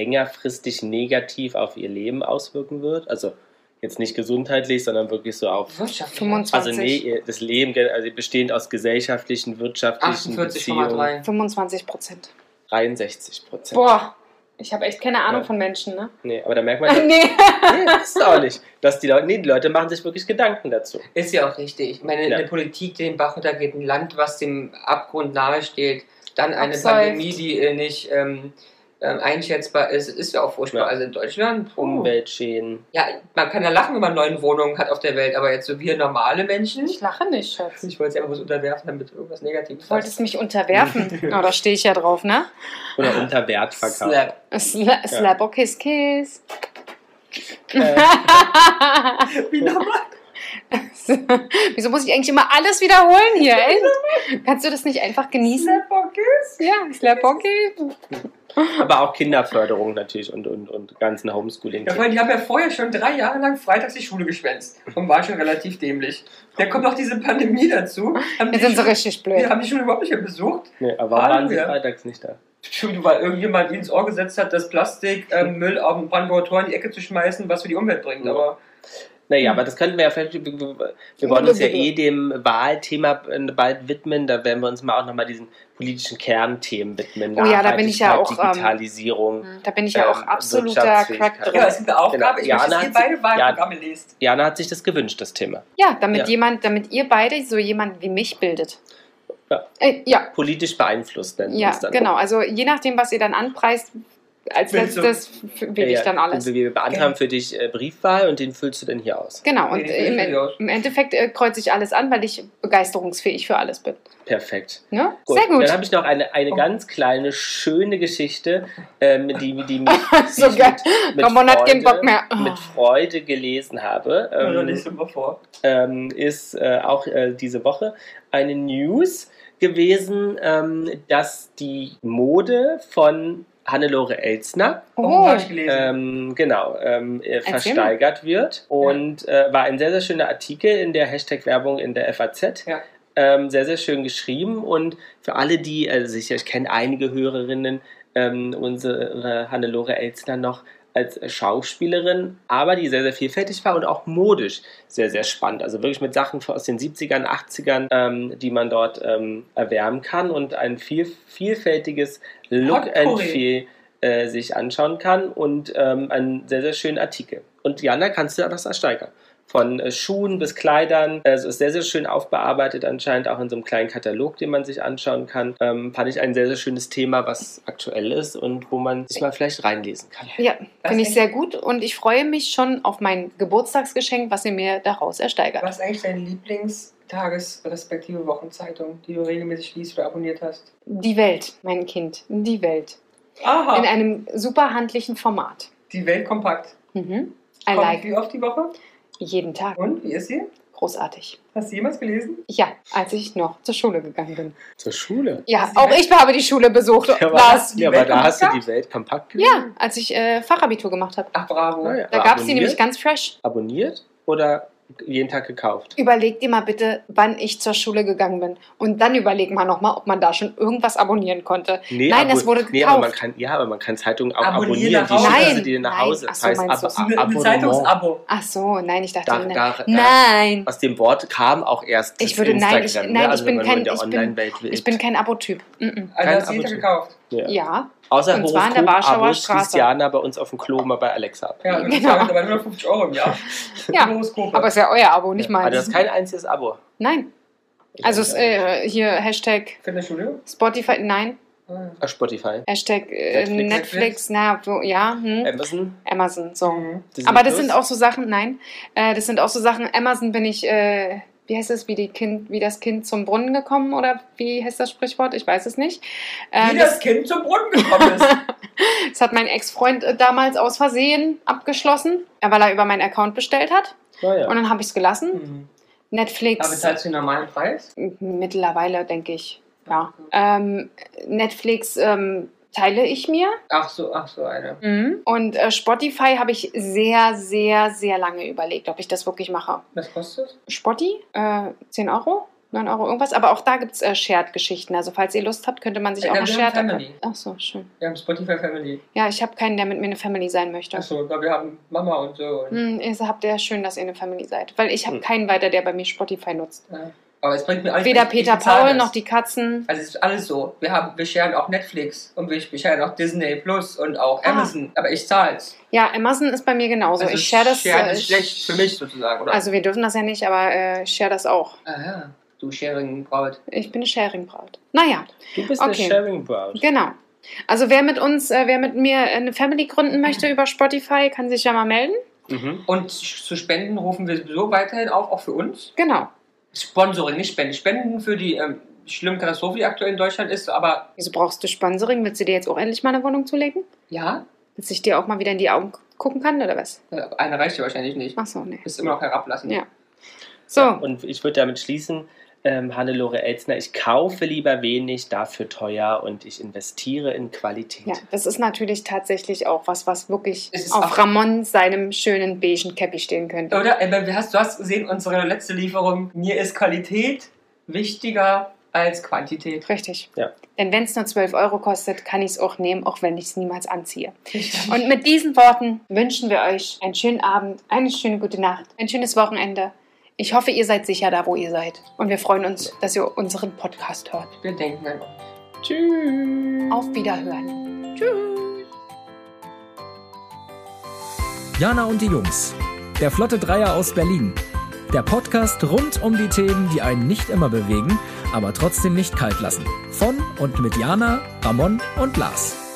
Speaker 4: längerfristig negativ auf ihr Leben auswirken wird? Also jetzt nicht gesundheitlich, sondern wirklich so auf
Speaker 1: Wirtschaft.
Speaker 2: 25.
Speaker 4: Also nee, ihr- das Leben gen- also bestehend aus gesellschaftlichen, wirtschaftlichen Beziehungen.
Speaker 1: 48,3.
Speaker 2: 25 Prozent.
Speaker 4: 63 Prozent.
Speaker 2: Boah, ich habe echt keine Ahnung
Speaker 4: Ja.
Speaker 2: von Menschen, ne? (laughs)
Speaker 4: Nee, aber da merkt man, nee,
Speaker 2: nee. (laughs)
Speaker 4: das ist auch nicht. Dass die Leute, nee, die Leute machen sich wirklich Gedanken dazu.
Speaker 1: Ist ja auch richtig. Ich meine,
Speaker 4: Ja.
Speaker 1: eine Politik, die den Bach runtergeht, ein Land, was dem Abgrund nahe steht, dann eine
Speaker 2: Absäuft.
Speaker 1: Pandemie, die äh, nicht ähm, ähm, einschätzbar ist, ist ja auch furchtbar.
Speaker 4: Ja.
Speaker 1: Also in Deutschland,
Speaker 2: Oh.
Speaker 5: Oh.
Speaker 1: um,
Speaker 4: Umweltschäden.
Speaker 1: ja, man kann ja lachen, wenn man neun Wohnungen hat auf der Welt, aber jetzt so wir normale Menschen.
Speaker 2: Ich lache nicht, Schatz.
Speaker 1: Ich wollte es einfach bloß unterwerfen, damit irgendwas Negatives
Speaker 2: Du wolltest mich unterwerfen. Na, da stehe ich ja drauf, ne?
Speaker 4: Oder unter Wert
Speaker 1: hast.
Speaker 4: verkauft.
Speaker 1: Slap.
Speaker 2: Sla Slap or Kiss Kiss. (laughs)
Speaker 4: Äh,
Speaker 1: Wie normal.
Speaker 2: Wieso muss ich eigentlich immer alles wiederholen
Speaker 4: (laughs)
Speaker 2: hier? Echt? Kannst du das nicht einfach genießen?
Speaker 1: Slap, okay.
Speaker 2: Ja, Slap or Kiss.
Speaker 4: aber auch Kinderförderung natürlich und, und, und ganzen homeschooling
Speaker 1: Ja, weil die haben ja vorher schon drei Jahre lang freitags die Schule geschwänzt und waren schon relativ dämlich. Da kommt noch diese Pandemie dazu. Haben
Speaker 2: Jetzt sind sie
Speaker 1: schon,
Speaker 2: richtig
Speaker 1: wir
Speaker 2: blöd.
Speaker 1: haben die Schule überhaupt nicht mehr besucht.
Speaker 4: nee, aber waren sie
Speaker 1: wir.
Speaker 4: freitags nicht da?
Speaker 1: Stimmt, weil irgendjemand ihnen ins Ohr gesetzt hat, das Plastikmüll ähm, Müll auf den Brandenburger Tor in die Ecke zu schmeißen, was für die Umwelt bringt.
Speaker 4: Ja.
Speaker 1: Aber
Speaker 2: Hm.
Speaker 4: Naja, aber das könnten wir ja vielleicht. Wir wir wollen uns ja eh dem Wahlthema äh, bald widmen. Da werden wir uns mal auch nochmal diesen politischen Kernthemen widmen.
Speaker 2: Oh ja, da bin ich ja
Speaker 4: Nachhaltigkeit,
Speaker 2: auch, ähm,
Speaker 4: Digitalisierung.
Speaker 2: Da bin ich ja auch
Speaker 4: Ähm,
Speaker 2: absoluter
Speaker 4: Wirtschaftsfähigkeit.
Speaker 2: Crack drin.
Speaker 1: ja, es ist eine Aufgabe. Ich
Speaker 4: Jana
Speaker 1: möchte, dass
Speaker 4: hat
Speaker 1: ihr
Speaker 4: sie-
Speaker 1: beide Wahlprogramme lest.
Speaker 4: Jana hat sich das gewünscht, das Thema.
Speaker 2: Ja, damit
Speaker 4: Ja.
Speaker 2: jemand, damit ihr beide so jemand wie mich bildet.
Speaker 4: Ja.
Speaker 2: Äh, ja,
Speaker 4: Politisch beeinflusst nennen wir
Speaker 2: ja
Speaker 4: es dann.
Speaker 2: genau. Also je nachdem, was ihr dann anpreist, als
Speaker 1: Willst du-
Speaker 2: letztes f- wähle ich dann alles.
Speaker 4: Wir, wir beantragen für dich äh, Briefwahl und den füllst du dann hier aus.
Speaker 2: Genau, und
Speaker 1: Nee,
Speaker 2: äh,
Speaker 1: nee, nee,
Speaker 2: im,
Speaker 1: nee.
Speaker 2: im Endeffekt äh, kreuze ich alles an, weil ich begeisterungsfähig für alles bin.
Speaker 4: Perfekt.
Speaker 2: Ne? Sehr
Speaker 4: Dann
Speaker 2: gut.
Speaker 4: habe ich noch eine, eine
Speaker 1: Oh.
Speaker 4: ganz kleine, schöne Geschichte, ähm, die, die mich
Speaker 2: (laughs) So
Speaker 4: die ich
Speaker 2: geil.
Speaker 4: mit, mit,
Speaker 2: Ramon hat keinen
Speaker 4: Freude,
Speaker 2: Bock mehr.
Speaker 4: mit Freude gelesen habe.
Speaker 1: Ähm,
Speaker 4: Ähm,
Speaker 1: lest immer vor.
Speaker 4: ähm, ist äh, auch äh, diese Woche eine News gewesen, ähm, dass die Mode von Hannelore Elsner,
Speaker 1: Oh,
Speaker 2: Oh,
Speaker 1: hab ich gelesen.
Speaker 5: Äh,
Speaker 4: ähm, genau, ähm, äh,
Speaker 2: Erzähl mal.
Speaker 4: versteigert wird. Und äh, war ein sehr, sehr schöner Artikel in der Hashtag-Werbung in der FAZ.
Speaker 1: Ja.
Speaker 4: Ähm, sehr, sehr schön geschrieben. Und für alle, die, also ich, ich kenne einige Hörerinnen, ähm, unsere Hannelore Elsner noch als Schauspielerin, aber die sehr, sehr vielfältig war und auch modisch sehr, sehr spannend. Also wirklich mit Sachen aus den 70ern, 80ern, ähm, die man dort ähm, erwärmen kann und ein viel, vielfältiges Look and
Speaker 1: Potpourri.
Speaker 4: Feel äh, sich anschauen kann und ähm, einen sehr, sehr schönen Artikel. Und Jana, kannst du das ersteigern? von äh, Schuhen bis Kleidern. Also ist sehr, sehr schön aufbearbeitet, anscheinend auch in so einem kleinen Katalog, den man sich anschauen kann. Ähm, fand ich ein sehr, sehr schönes Thema, was aktuell ist und wo man sich mal vielleicht reinlesen kann.
Speaker 2: Ja,
Speaker 5: Das
Speaker 2: finde
Speaker 5: ist-
Speaker 2: ich sehr gut und ich freue mich schon auf mein Geburtstagsgeschenk, was ihr mir daraus ersteigert.
Speaker 5: Was ist eigentlich deine Lieblingstages- respektive Wochenzeitung, die du regelmäßig liest oder abonniert hast?
Speaker 2: Die Welt, mein Kind, die Welt. In
Speaker 5: Aha,
Speaker 2: einem super handlichen Format.
Speaker 5: die Welt kompakt.
Speaker 2: Mhm. I
Speaker 5: Kommt
Speaker 2: like
Speaker 5: wie oft die Woche?
Speaker 2: jeden Tag.
Speaker 5: Und, wie ist sie?
Speaker 2: Großartig.
Speaker 5: Hast du jemals gelesen?
Speaker 2: Ja, als ich noch zur Schule gegangen bin.
Speaker 4: Zur Schule.
Speaker 2: Ja,
Speaker 5: Hast du
Speaker 2: auch
Speaker 5: Welt-
Speaker 2: ich habe die Schule besucht.
Speaker 4: Ja, aber,
Speaker 2: Was?
Speaker 5: die
Speaker 4: ja, aber
Speaker 5: Welt
Speaker 4: da hast du
Speaker 5: kompakt?
Speaker 4: die Welt kompakt
Speaker 2: Ja, als ich äh, Fachabitur gemacht habe.
Speaker 5: Ach, bravo.
Speaker 4: Ah, ja.
Speaker 2: Da gab es
Speaker 4: Aber
Speaker 2: die
Speaker 4: abonniert?
Speaker 2: nämlich ganz fresh.
Speaker 4: Abonniert oder jeden Tag gekauft?
Speaker 2: Überleg dir mal bitte, wann ich zur Schule gegangen bin. Und dann überleg mal nochmal, ob man da schon irgendwas abonnieren konnte.
Speaker 4: Nee,
Speaker 2: Nein,
Speaker 4: abo-
Speaker 2: es wurde
Speaker 4: Nee, aber man
Speaker 2: gekauft.
Speaker 4: kann, ja, aber man kann Zeitungen auch
Speaker 5: Abonnier
Speaker 4: abonnieren.
Speaker 5: nach
Speaker 4: Die
Speaker 5: Hause.
Speaker 4: schicken sie
Speaker 2: Nein,
Speaker 4: dir nach
Speaker 2: nein.
Speaker 4: Hause.
Speaker 2: Ach
Speaker 4: Das
Speaker 2: so,
Speaker 4: heißt
Speaker 2: meinst du's?
Speaker 4: Ab
Speaker 5: Ein ein
Speaker 4: Abonnement.
Speaker 5: Zeitungsabo.
Speaker 2: Ach so, nein, ich dachte,
Speaker 4: Da,
Speaker 2: ne-
Speaker 4: da, äh,
Speaker 2: nein.
Speaker 4: aus dem Wort kam auch erst
Speaker 2: Ich würde- nein, ich-
Speaker 4: Instagram.
Speaker 2: nein,
Speaker 4: ne?
Speaker 2: ich
Speaker 4: also
Speaker 2: bin
Speaker 4: wenn
Speaker 2: kein-
Speaker 4: man nur
Speaker 2: ich
Speaker 4: in
Speaker 2: bin-
Speaker 4: der Online-Welt will.
Speaker 2: Ich bin kein Abo-Typ. Mm-mm.
Speaker 5: Also
Speaker 4: Kein
Speaker 5: hast du jeden Tag
Speaker 4: Abo-Typ.
Speaker 5: gekauft.
Speaker 4: ja.
Speaker 2: Ja,
Speaker 4: Außer
Speaker 2: Und zwar in der
Speaker 4: Horoskop-Abos
Speaker 2: Warschauer
Speaker 4: schließt
Speaker 2: Straße.
Speaker 4: Jana bei uns auf dem Klo mal bei Alexa ab.
Speaker 5: Ja, und
Speaker 2: Genau.
Speaker 5: genau. aber nur noch 50 Euro im Jahr.
Speaker 4: (laughs)
Speaker 2: ja.
Speaker 5: Horoskope.
Speaker 2: Aber es ist ja euer Abo, nicht
Speaker 4: Also das
Speaker 2: meins.
Speaker 4: ist kein einziges Abo.
Speaker 2: Nein. Also es, äh, hier Hashtag
Speaker 5: Fitnessstudio?
Speaker 2: Spotify, nein.
Speaker 5: Ah,
Speaker 4: Auf Spotify.
Speaker 2: Hashtag äh,
Speaker 4: Netflix.
Speaker 2: Netflix, na, wo, ja, hm.
Speaker 4: Amazon.
Speaker 2: Amazon,
Speaker 5: ja.
Speaker 2: so.
Speaker 5: Mhm.
Speaker 4: Disney
Speaker 2: Aber das
Speaker 4: Plus.
Speaker 2: sind auch so Sachen, nein, äh, das sind auch so Sachen, Amazon bin ich, äh, wie heißt es, wie, die kind, wie das Kind zum Brunnen gekommen oder wie heißt das Sprichwort? Ich weiß es nicht. Äh,
Speaker 5: Wie
Speaker 2: das,
Speaker 5: das Kind zum Brunnen gekommen (laughs) ist.
Speaker 2: das hat mein Ex-Freund äh, damals aus Versehen abgeschlossen, äh, weil er über meinen Account bestellt hat.
Speaker 4: Ja, Ah, ja.
Speaker 2: Und dann habe ich es gelassen.
Speaker 5: Mhm. Aber
Speaker 2: Netflix,
Speaker 5: zahlst du den normalen Preis?
Speaker 2: mittlerweile denke ich, ja. Ähm, Netflix ähm, teile ich mir.
Speaker 5: Ach so, ach so, eine.
Speaker 2: Und äh, Spotify habe ich sehr, sehr, sehr lange überlegt, ob ich das wirklich mache.
Speaker 5: Was kostet?
Speaker 2: Spotti, äh, 10 Euro, 9 Euro irgendwas. Aber auch da gibt es äh, Shared-Geschichten. Also falls ihr Lust habt, könnte man sich
Speaker 5: Ja,
Speaker 2: auch
Speaker 5: wir
Speaker 2: mal
Speaker 5: haben
Speaker 2: Shared...
Speaker 5: Family.
Speaker 2: Ach so, schön.
Speaker 5: Wir haben Spotify Family.
Speaker 2: Ja, ich habe keinen, der mit mir eine Family sein möchte.
Speaker 5: Ach so, na, wir haben Mama und so. Und,
Speaker 2: Hm, ihr habt ja schön, dass ihr eine Family seid. Weil ich habe
Speaker 4: Hm.
Speaker 2: keinen weiter, der bei mir Spotify nutzt.
Speaker 5: ja. Aber es bringt mir alles.
Speaker 2: Weder
Speaker 5: ich- ich
Speaker 2: Peter
Speaker 5: bezahle
Speaker 2: Paul
Speaker 5: das.
Speaker 2: noch die Katzen.
Speaker 5: Also es ist alles so. Wir haben, wir scheren auch Netflix und wir wir scheren auch Disney Plus und auch
Speaker 2: Ah.
Speaker 5: Amazon. Aber ich zahl's.
Speaker 2: Ja, Amazon ist bei mir genauso. ich share das...
Speaker 5: Sharen
Speaker 2: äh,
Speaker 5: ist Also schlecht für mich sozusagen, oder?
Speaker 2: Also wir dürfen das ja nicht, aber äh, ich share das auch.
Speaker 5: ah, ja. Du Sharing Braut.
Speaker 2: Ich bin eine Sharing-Braut. Naja,
Speaker 4: Du bist
Speaker 2: Okay.
Speaker 4: eine Sharing Brown.
Speaker 2: genau. Also wer mit uns, äh, wer mit mir eine Family gründen möchte über Spotify, kann sich ja mal melden.
Speaker 4: Mhm.
Speaker 5: Und zu Spenden rufen wir sowieso weiterhin auf, auch für uns.
Speaker 2: Genau.
Speaker 5: Sponsoring, nicht Spenden. Spenden für die ähm, schlimme Katastrophe, die aktuell in Deutschland ist, aber
Speaker 2: Wieso brauchst du Sponsoring? Willst du dir jetzt auch endlich mal eine Wohnung zulegen?
Speaker 5: ja,
Speaker 2: Dass ich dir auch mal wieder in die Augen gucken kann oder was?
Speaker 5: äh, eine reicht ja wahrscheinlich nicht.
Speaker 2: Ach so, nee.
Speaker 5: Ist immer noch herablassen.
Speaker 2: Ja. So,
Speaker 4: Und ich würde damit schließen, ähm, Hannelore Elzner, ich kaufe lieber wenig, dafür teuer und ich investiere in Qualität.
Speaker 2: ja, das ist natürlich tatsächlich auch was, was wirklich
Speaker 5: Es ist
Speaker 2: auf
Speaker 5: auch-
Speaker 2: Ramon seinem schönen beigen Käppi stehen könnte.
Speaker 5: Oder? Äh, wir hast, du hast gesehen, unsere letzte Lieferung. Mir ist Qualität wichtiger als Quantität.
Speaker 2: Richtig.
Speaker 4: Ja.
Speaker 2: Denn wenn es nur 12 Euro kostet, kann ich es auch nehmen, auch wenn ich es niemals anziehe. Und mit diesen Worten wünschen wir euch einen schönen Abend, eine schöne gute Nacht, ein schönes Wochenende. Ich hoffe, ihr seid sicher da, wo ihr seid. Und wir freuen uns, dass ihr unseren Podcast hört.
Speaker 5: Wir denken an uns.
Speaker 4: Tschüss.
Speaker 2: Auf Wiederhören. Tschüss.
Speaker 3: Jana und die Jungs. Der Flotte Dreier aus Berlin. Der Podcast rund um die Themen, die einen nicht immer bewegen, aber trotzdem nicht kalt lassen. Von und mit Jana, Ramon und Lars.